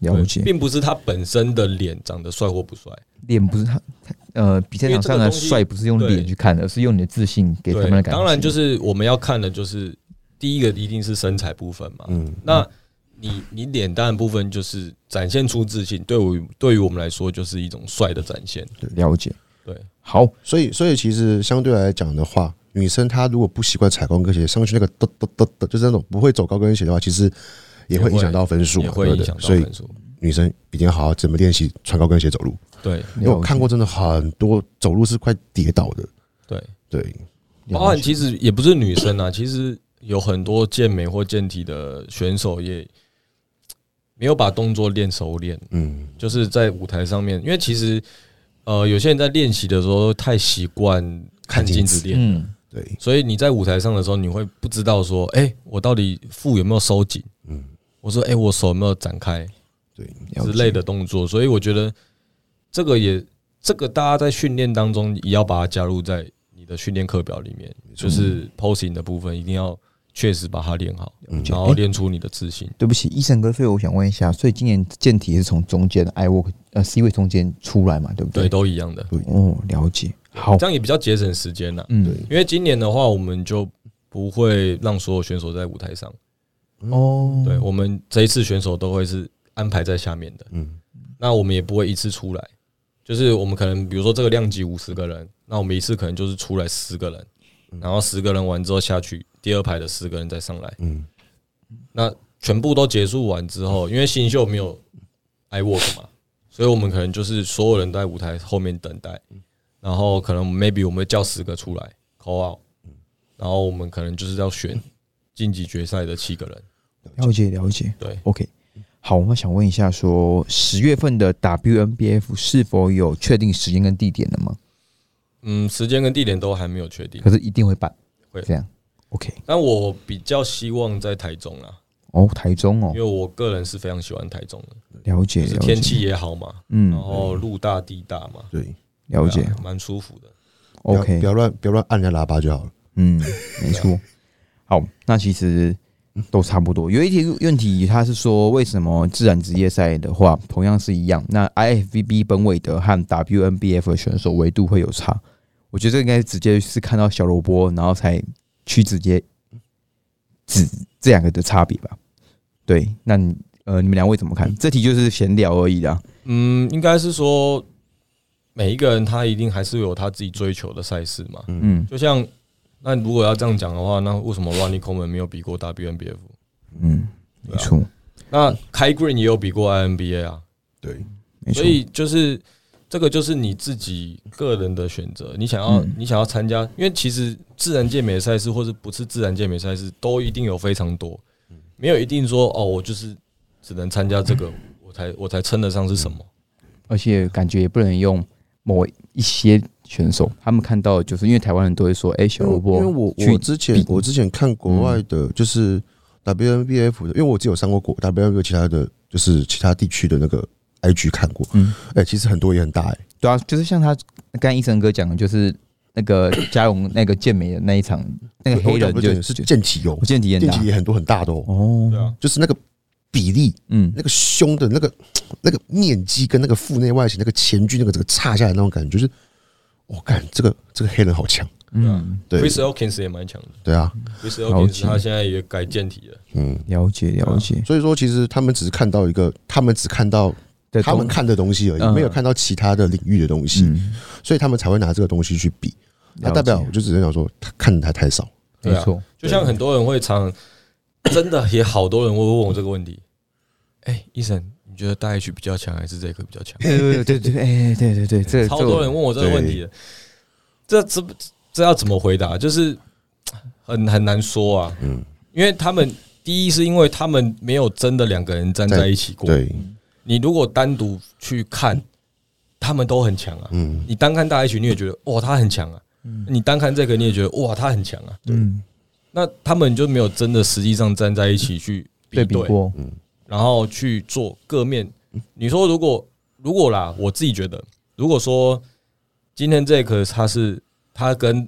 A: 了解
C: 对。并不是他本身的脸长得帅或不帅。
A: 脸不是他，他呃，比赛
C: 因为
A: 场
C: 这个
A: 上的
C: 东西
A: 帅不是用
C: 对
A: 脸去看的，而是用你的自信给他
C: 对
A: 们的，感觉。
C: 当然就是我们要看的就是第一个一定是身材部分嘛。
B: 嗯，
C: 那你你脸蛋的部分就是展现出自信，对我对于我们来说就是一种帅的展现。
A: 了解。
C: 对，
A: 好，
B: 所以所以其实相对来讲的话，女生她如果不习惯踩高跟鞋，上去那个嘚嘚嘚嘚，就是那种不会走高跟鞋的话，其实也会影响到分数
C: 也
B: 嘛，
C: 会
B: 对不
C: 影响
B: 对？
C: 到
B: 所以
C: 分数。
B: 女生一定要好好怎么练习穿高跟鞋走路，
C: 对
B: 因为我
A: 了解
B: 看过真的很多走路是快跌倒的，
C: 对，
B: 对，
A: 了
C: 包含
A: 解
C: 其实也不是女生啊，其实有很多健美或健体的选手也没有把动作练熟练，
B: 嗯，
C: 就是在舞台上面，因为其实呃有些人在练习的时候太习惯看
B: 看镜
C: 镜子
B: 子
C: 练，
A: 嗯，
B: 对，
C: 所以你在舞台上的时候，你会不知道说，哎、我到底腹有没有收紧？
B: 嗯，
C: 我说：“哎、我手有没有展开
B: 对，
C: 之类的动作？”所以我觉得这个也这个大家在训练当中也要把它加入在你的训练课表里面，就是 posing 的部分一定要确实把它练好，然后练出你的自信。
A: 对不起，医生哥，所以我想问一下，所以今年健体是从中间的 I work 呃 C 位中间出来嘛，对不
C: 对，
A: 对？
C: 都一样的，
A: 哦，了解。好
C: 这，样也比较节省时间啦。
A: 嗯，
C: 因为今年的话，我们就不会让所有选手在舞台上，
A: 哦，
C: 对我们这一次选手都会是安排在下面的。
B: 嗯，
C: 那我们也不会一次出来，就是我们可能比如说这个量级五十个人，那我们一次可能就是出来十个人，然后十个人完之后下去，第二排的十个人再上来，
B: 嗯，
C: 那全部都结束完之后，因为新秀没有 I work 嘛，所以我们可能就是所有人都在舞台后面等待，然后可能 maybe 我们会叫十个出来 call out，然后我们可能就是要选晋级决赛的七个人，
A: 了解了解。
C: 对，
A: OK，好，我想问一下说十月份的 WNBF 是否有确定时间跟地点了吗？
C: 嗯，时间跟地点都还没有确定
A: 可，是一定会办，
C: 会
A: 这样。OK，
C: 但我比较希望在台中啦。
A: 哦，台中哦
C: 因为，我个人是非常喜欢台中的，
A: 了解
C: 就是
A: 了
C: 天
A: 解，
C: 气也好嘛，
A: 嗯，
C: 然后路大地大嘛，
B: 对
A: 了解
C: 对啊。蛮舒服的。
B: 不要
A: OK，
B: 不要乱不要乱按人家喇叭就好了。
A: 嗯， 没错。好，那其实都差不多。有一题问题，他是说为什么自然职业赛的话，同样是一样，那 IFBB 本韦德和 WNBF 的选手维度会有差？我觉得这应该直接是看到小萝卜，然后才去直接指这两个的差别吧。对，那你呃，你们两位怎么看？这题就是闲聊而已啦。
C: 嗯，应该是说每一个人他一定还是有他自己追求的赛事嘛。
A: 嗯
C: 就像那如果要这样讲的话，那为什么 Ronnie Coleman 没有比过 WNBF？
A: 嗯，没错，
C: 那 Kai Green 也有比过 INBA 啊，
B: 对，
A: 没错
C: 所，以就是这个就是你自己个人的选择，你想要、
A: 嗯
C: 你想要参加，因为其实自然健美赛事或者不是自然健美赛事都一定有非常多，没有一定说哦，我就是只能参加这个，我才我才称得上是什么。
A: 而且感觉也不能用某一些选手，他们看到的就是因为台湾人都会说，哎、小
B: 因为
A: 萝
B: 因为
A: 卜，
B: 我
A: 去
B: 我之前
A: 比嗯
B: 我之前看国外的，就是 WNBF 的，因为我只有上过国 WNBF 其他的，就是其他地区的那个 IG 看过。
A: 嗯，
B: 哎，其实很多也很大哎，
A: 对啊，就是像他刚才医生哥讲的，就是那个嘉荣那个健美的那一场，那个黑
B: 我讲
A: 人
B: 不
A: 就是
B: 是健体哦
A: 我，见体验
B: 健
A: 大
B: 体也很多很大的哦，
A: 哦，
C: 对啊，
B: 就是那个比例、
A: 嗯，
B: 那个胸的那个那个面积跟那个腹内外斜、那个前距、那个整个差下来那种感觉，就是我感这个这个黑人好强。
A: 嗯，
B: 对
C: Chris Elkins 也蛮强的
B: 对啊，
C: ，Chris
A: 了解
C: Elkins 他现在也改健体了，
B: 嗯，
A: 了解了解，
B: 所以说其实他们只是看到一个，他们只看到
A: 对啊
B: 他们看的东西而
A: 嗯
B: 已，没有看到其他的领域的东西，
A: 嗯，
B: 所以他们才会拿这个东西去比。那代表
A: 了
B: 我
A: 解
B: 就只能讲说，他看的还太少。
C: 对
A: 没
C: 啊，
A: 错，
C: 就像很多人会常， 真的也好多人会问我这个问题，哎、医生，你觉得大 H 比较强还是这个比较强？
A: 对对对对，哎对对对，这
C: 超多人问我这个问题的，这这这要怎么回答？就是很很难说啊，
B: 嗯，
C: 因为他们第一是因为他们没有真的两个人站在一起过，
B: 对，
C: 你如果单独去看，他们都很强啊。
B: 嗯，
C: 你单看大 H，你也觉得哇他很强啊，你单看这个你也觉得哇他很强啊，
A: 嗯，
C: 那他们就没有真的实际上站在一起去比
A: 对比
C: 对，
A: 过，
C: 然后去做各面。你说如果如果啦，我自己觉得，如果说今天这个他是他跟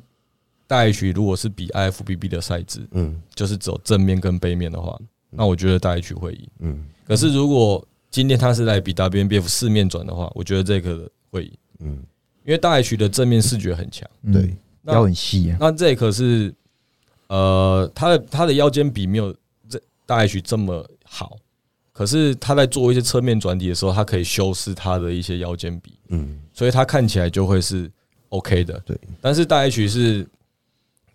C: 大 H 如果是比 IFBB 的赛制，
B: 嗯，
C: 就是只有正面跟背面的话，
A: 嗯
C: 那我觉得大 H 会赢。
B: 嗯，
C: 可是如果今天他是来比 WNBF 四面转的话，我觉得这个会赢，
B: 嗯，
C: 因为大 H 的正面视觉很强，
A: 嗯
B: 对，
C: 那
A: 腰很细啊，
C: 那这可是呃，他的他的腰间比没有这大 H 这么好，可是他在做一些侧面转底的时候，他可以修饰他的一些腰间比，
B: 嗯，
C: 所以他看起来就会是 OK 的。
B: 对，
C: 但是大 H 是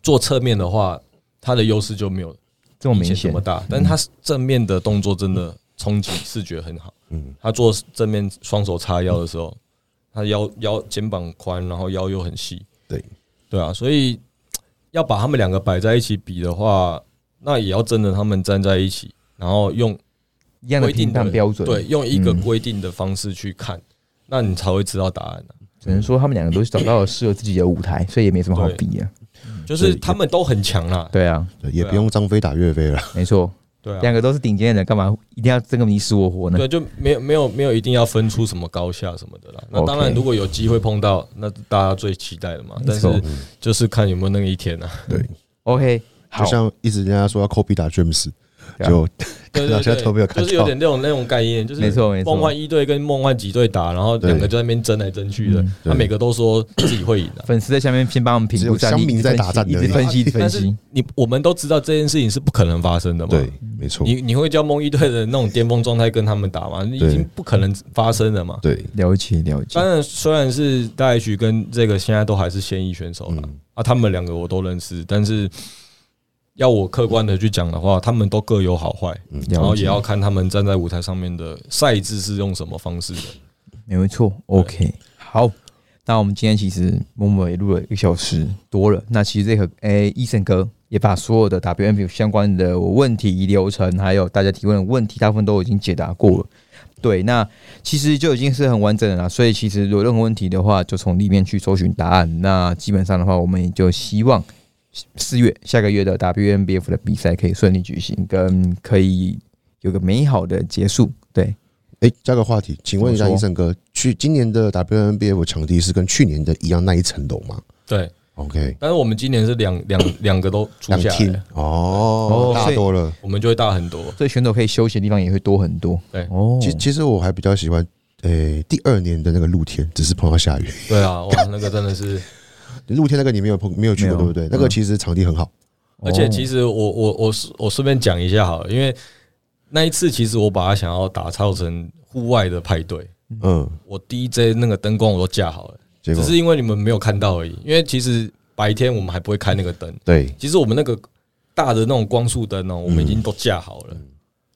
C: 做侧面的话，他的优势就没有
A: 这么
C: 以前
A: 明
C: 这
A: 显嗯
C: 么，大，但他正面的动作真的冲击视觉很好。
B: 嗯，
C: 他做正面双手叉腰的时候，他腰腰肩膀宽，然后腰又很细。
B: 对，
C: 对啊，所以要把他们两个摆在一起比的话，那也要真的他们站在一起，然后用
A: 一样的
C: 规定
A: 评
C: 的
A: 判标准，
C: 对，用一个
A: 嗯
C: 规定的方式去看，那你才会知道答案、啊、
A: 只能说他们两个都是找到了适合自己的舞台，所以也没什么好比啊。
C: 就是他们都很强啦，
A: 对啊，
B: 对也不用张飞打岳飞了。
A: 没错，
C: 对啊，
A: 两个都是顶尖的人，干嘛一定要这个你死我活呢？
C: 对，啊就没有没有没有一定要分出什么高下什么的啦。那
A: OK
C: 当然，如果有机会碰到，那大家最期待的嘛。但
A: 没
C: 是
A: 错
C: 就是看有没有那个一天啊。
A: OK，好
B: 就，像一直人家说要 copy 打 James，
A: 对啊
B: 就
C: 对
B: 到
C: 对
B: 现在都没有
C: 对，
B: 看
C: 就是有
B: 到
C: 点那种那种概念，就是
A: 没错没错
C: 梦幻一队跟梦幻几队打，然后
B: 对
C: 两个就在那边争来争去的
A: 嗯，
C: 他每个都说自己会赢啊的。
A: 粉丝在下面先帮我们评估战力，
B: 只有乡民在打仗
A: 一
B: 而已
A: 直分析，一直分
C: 但
A: 析，一直
C: 是
A: 分析。
C: 你我们都知道这件事情是不可能发生的嘛？
B: 对，没错，
C: 你你会叫梦一队的那种巅峰状态跟他们打吗？已经不可能发生了嘛？
B: 对，
A: 了解了解
C: 当，然，虽然是大 H 跟这个现在都还是现役选手了、
B: 嗯
C: 啊，他们两个我都认识，但是要我客观的去讲的话，他们都各有好坏，然
A: 了
C: 后
A: 解
C: 哦也要看他们站在舞台上面的赛制是用什么方式的。
A: 没错，OK，好。那我们今天其实默默也录了一个小时多了。那其实这个诶，医、生哥也把所有的 WMP 相关的问题流程，还有大家提问的问题，大部分都已经解答过了。对，那其实就已经是很完整了啦。所以其实有任何问题的话，就从里面去搜寻答案。那基本上的话，我们也就希望四月下个月的 WNBF 的比赛可以顺利举行，跟可以有个美好的结束。对，
B: 哎，加个话题，请问一下
A: 怎么
B: 医
A: 说
B: 生哥，去今年的 WNBF 场地是跟去年的一样那一层楼吗
C: 对，
B: ？OK，
C: 但是我们今年是两两两个都出
B: 两
C: 下来
B: 厅
C: 了，
A: 哦所
B: 哦，大
A: 以
B: 多了。
C: 我们就会大很多。
A: 所以选手可以休息的地方也会多很多。
C: 对
A: 哦，
B: 其其实我还比较喜欢，诶，第二年的那个露天，只是碰到下雨。
C: 对啊，哇，那个真的是，
B: 露天那个你没有碰，没有去
A: 嗯
B: 过，
A: 没
B: 对
A: 有嗯
B: 不对？那个其实场地很好，
C: 而
A: 哦
C: 且其实我我我是我顺便讲一下好了，因为那一次其实我把它想要打造成户外的派对，
B: 嗯，
C: 我 DJ 那个灯光我都架好了。
B: 结
C: 只
B: 果
C: 是因为你们没有看到而已。因为其实白天我们还不会开那个灯，
B: 对，
C: 其实我们那个大的那种光束灯哦，
B: 嗯
C: 我们已经都架好了。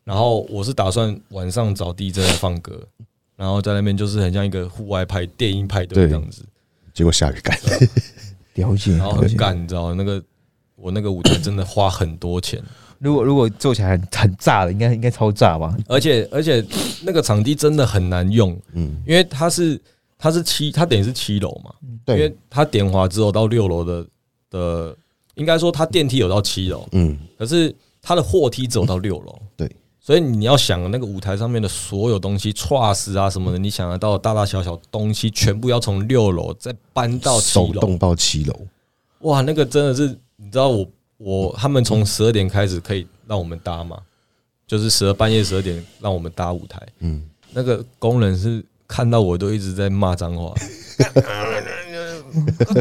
C: 然后我是打算晚上找 DJ 来放歌，然后在那边就是很像一个户外派电音派对
B: 对
C: 这样子，
B: 结果下雨干，
A: 了解，
C: 然后
A: 了
C: 很
A: 解。
C: 干，你知道吗那个。我那个舞台真的花很多钱，
B: 嗯
A: 如果如果做起来很很炸的，应该应该超炸吧？
C: 而且而且那个场地真的很难用，
B: 嗯，
C: 因为它是它是七，它等于是七楼嘛，因
B: 对
C: 为，它点滑之后到六楼的的，应该说它电梯有到七楼，
B: 嗯，
C: 可是它的货梯只有到六楼，
B: 对，
C: 所以你要想那个舞台上面的所有东西，truss 啊什么的，你想得到的大大小小东西，全部要从六楼再搬到七
B: 手
C: 楼，
B: 动到七楼，
C: 哇，那个真的是，你知道我我他们从十二点开始可以让我们搭吗？就是十二半夜十二点让我们搭舞台，
B: 嗯，
C: 那个工人是看到我都一直在骂脏话。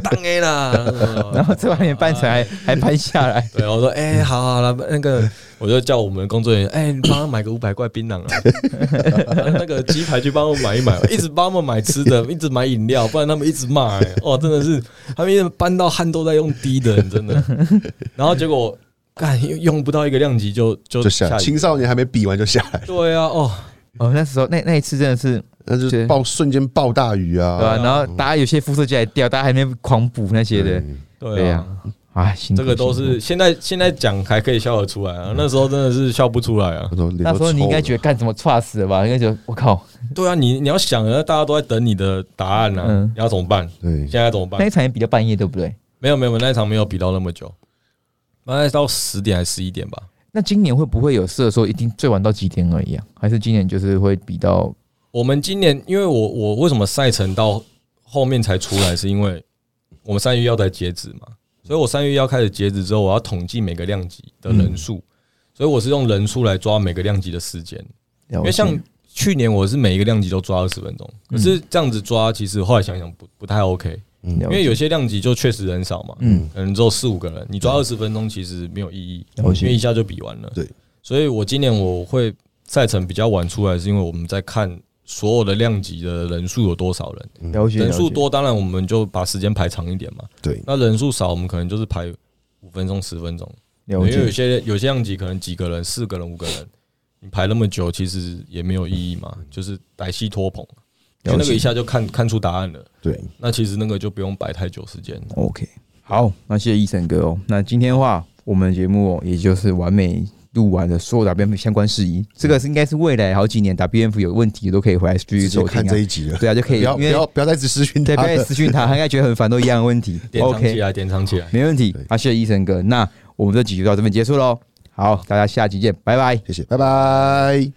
C: 当 A 啦，
A: 然后在外面搬起来还 搬下来，
C: 对，我说，哎、好好了，那 个，我就叫我们工作人员，哎、你帮他买个五百块槟榔啊， 那个鸡排去帮我买一买，一直帮他们买吃 的，一直买饮料，不然他们一直骂、哎，哦，真的是，他们一直搬到汗都在用滴的，真的。然后结果，干用用不到一个量级就就
B: 就下
C: 雨
B: 青少年还没比完就下来，
C: 对啊，哦，
A: 哦，那时候那那一次真的是
B: 那就
A: 对
B: 是暴瞬间暴大雨
A: 对吧、
B: 啊，
A: 然后大家有些肤色就还掉，大家还没狂补那些的，
B: 嗯
A: 对
C: 对
A: 呀
C: 啊。、
A: 啊，辛苦
C: 这个都
A: 辛苦
C: 是现在现在讲还可以笑得出来啊，那时候真的是笑不出来啊。
B: 那时候脸
A: 那
B: 都
A: 时候你应该
B: 臭
A: 觉得干什么差死了吧？应该觉得我 靠，
C: 对啊，你你要想啊，大家都在等你的答案啊，
A: 嗯
C: 你要怎么办？
B: 了对，
C: 现在怎么办
A: 那？一场也比较半夜，对不对？
C: 没有没有，那一场没有比到那么久，大概到十点还是十一点吧。
A: 那今年会不会有设说一定最晚到几点而已啊？还是今年就是会比到
C: 我们今年因为我我为什么赛程到后面才出来，是因为我们三月要在截止嘛，所以我三月要开始截止之后，我要统计每个量级的人数，所以我是用人数来抓每个量级的时间，
A: 因
C: 因为像。去年我是每一个量级都抓二十分钟，可是这样子抓，其实后来想想不不太 OK，因
B: 嗯
A: 因
C: 为有些量级就确实人少嘛，
A: 嗯
C: 可能只有四五个人，你抓二十分钟其实没有意义，因
A: 了解
C: 为一下就比完了。
B: 对，
C: 所以我今年我会赛程比较晚出来，是因为我们在看所有的量级的人数有多少人，
A: 了解
C: 人数
A: 了解
C: 多当然我们就把时间排长一点嘛，
B: 对，
C: 那人数少我们可能就是排五分钟十分钟，因
A: 了
C: 为有
A: 解
C: 些有些量级可能几个人四个人五个人，你排那么久其实也没有意义
A: 嗯
C: 嘛，就是歹戏拖棚，就那个一下就看看出答案了，
B: 对，
C: 那其实那个就不用摆太久时间。
A: OK，好，那谢谢医生哥哦。那今天的话，我们节目、哦、也就是完美录完了所有 WMF 相关事宜，这个是应该是未来好几年 WMF 有问题都可以回来继续
B: 直接
A: 收听、
B: 看这
A: 啊。
B: 一集了，
A: 对啊，就可
B: 不
A: 以，
B: 要
A: 因
B: 不
A: 为
B: 要不啊要再只私讯
A: 对，不
B: 他
A: 要
B: 了，
A: 私讯他，他应该觉得很烦，都一样的问题。
C: 典藏起
A: OK，
C: 来，典藏起来。
A: 没问题
B: 对。
A: 好，谢谢医生哥。那我们这集就到这边结束喽。好，大家下集见，拜拜。
B: 谢谢，拜拜。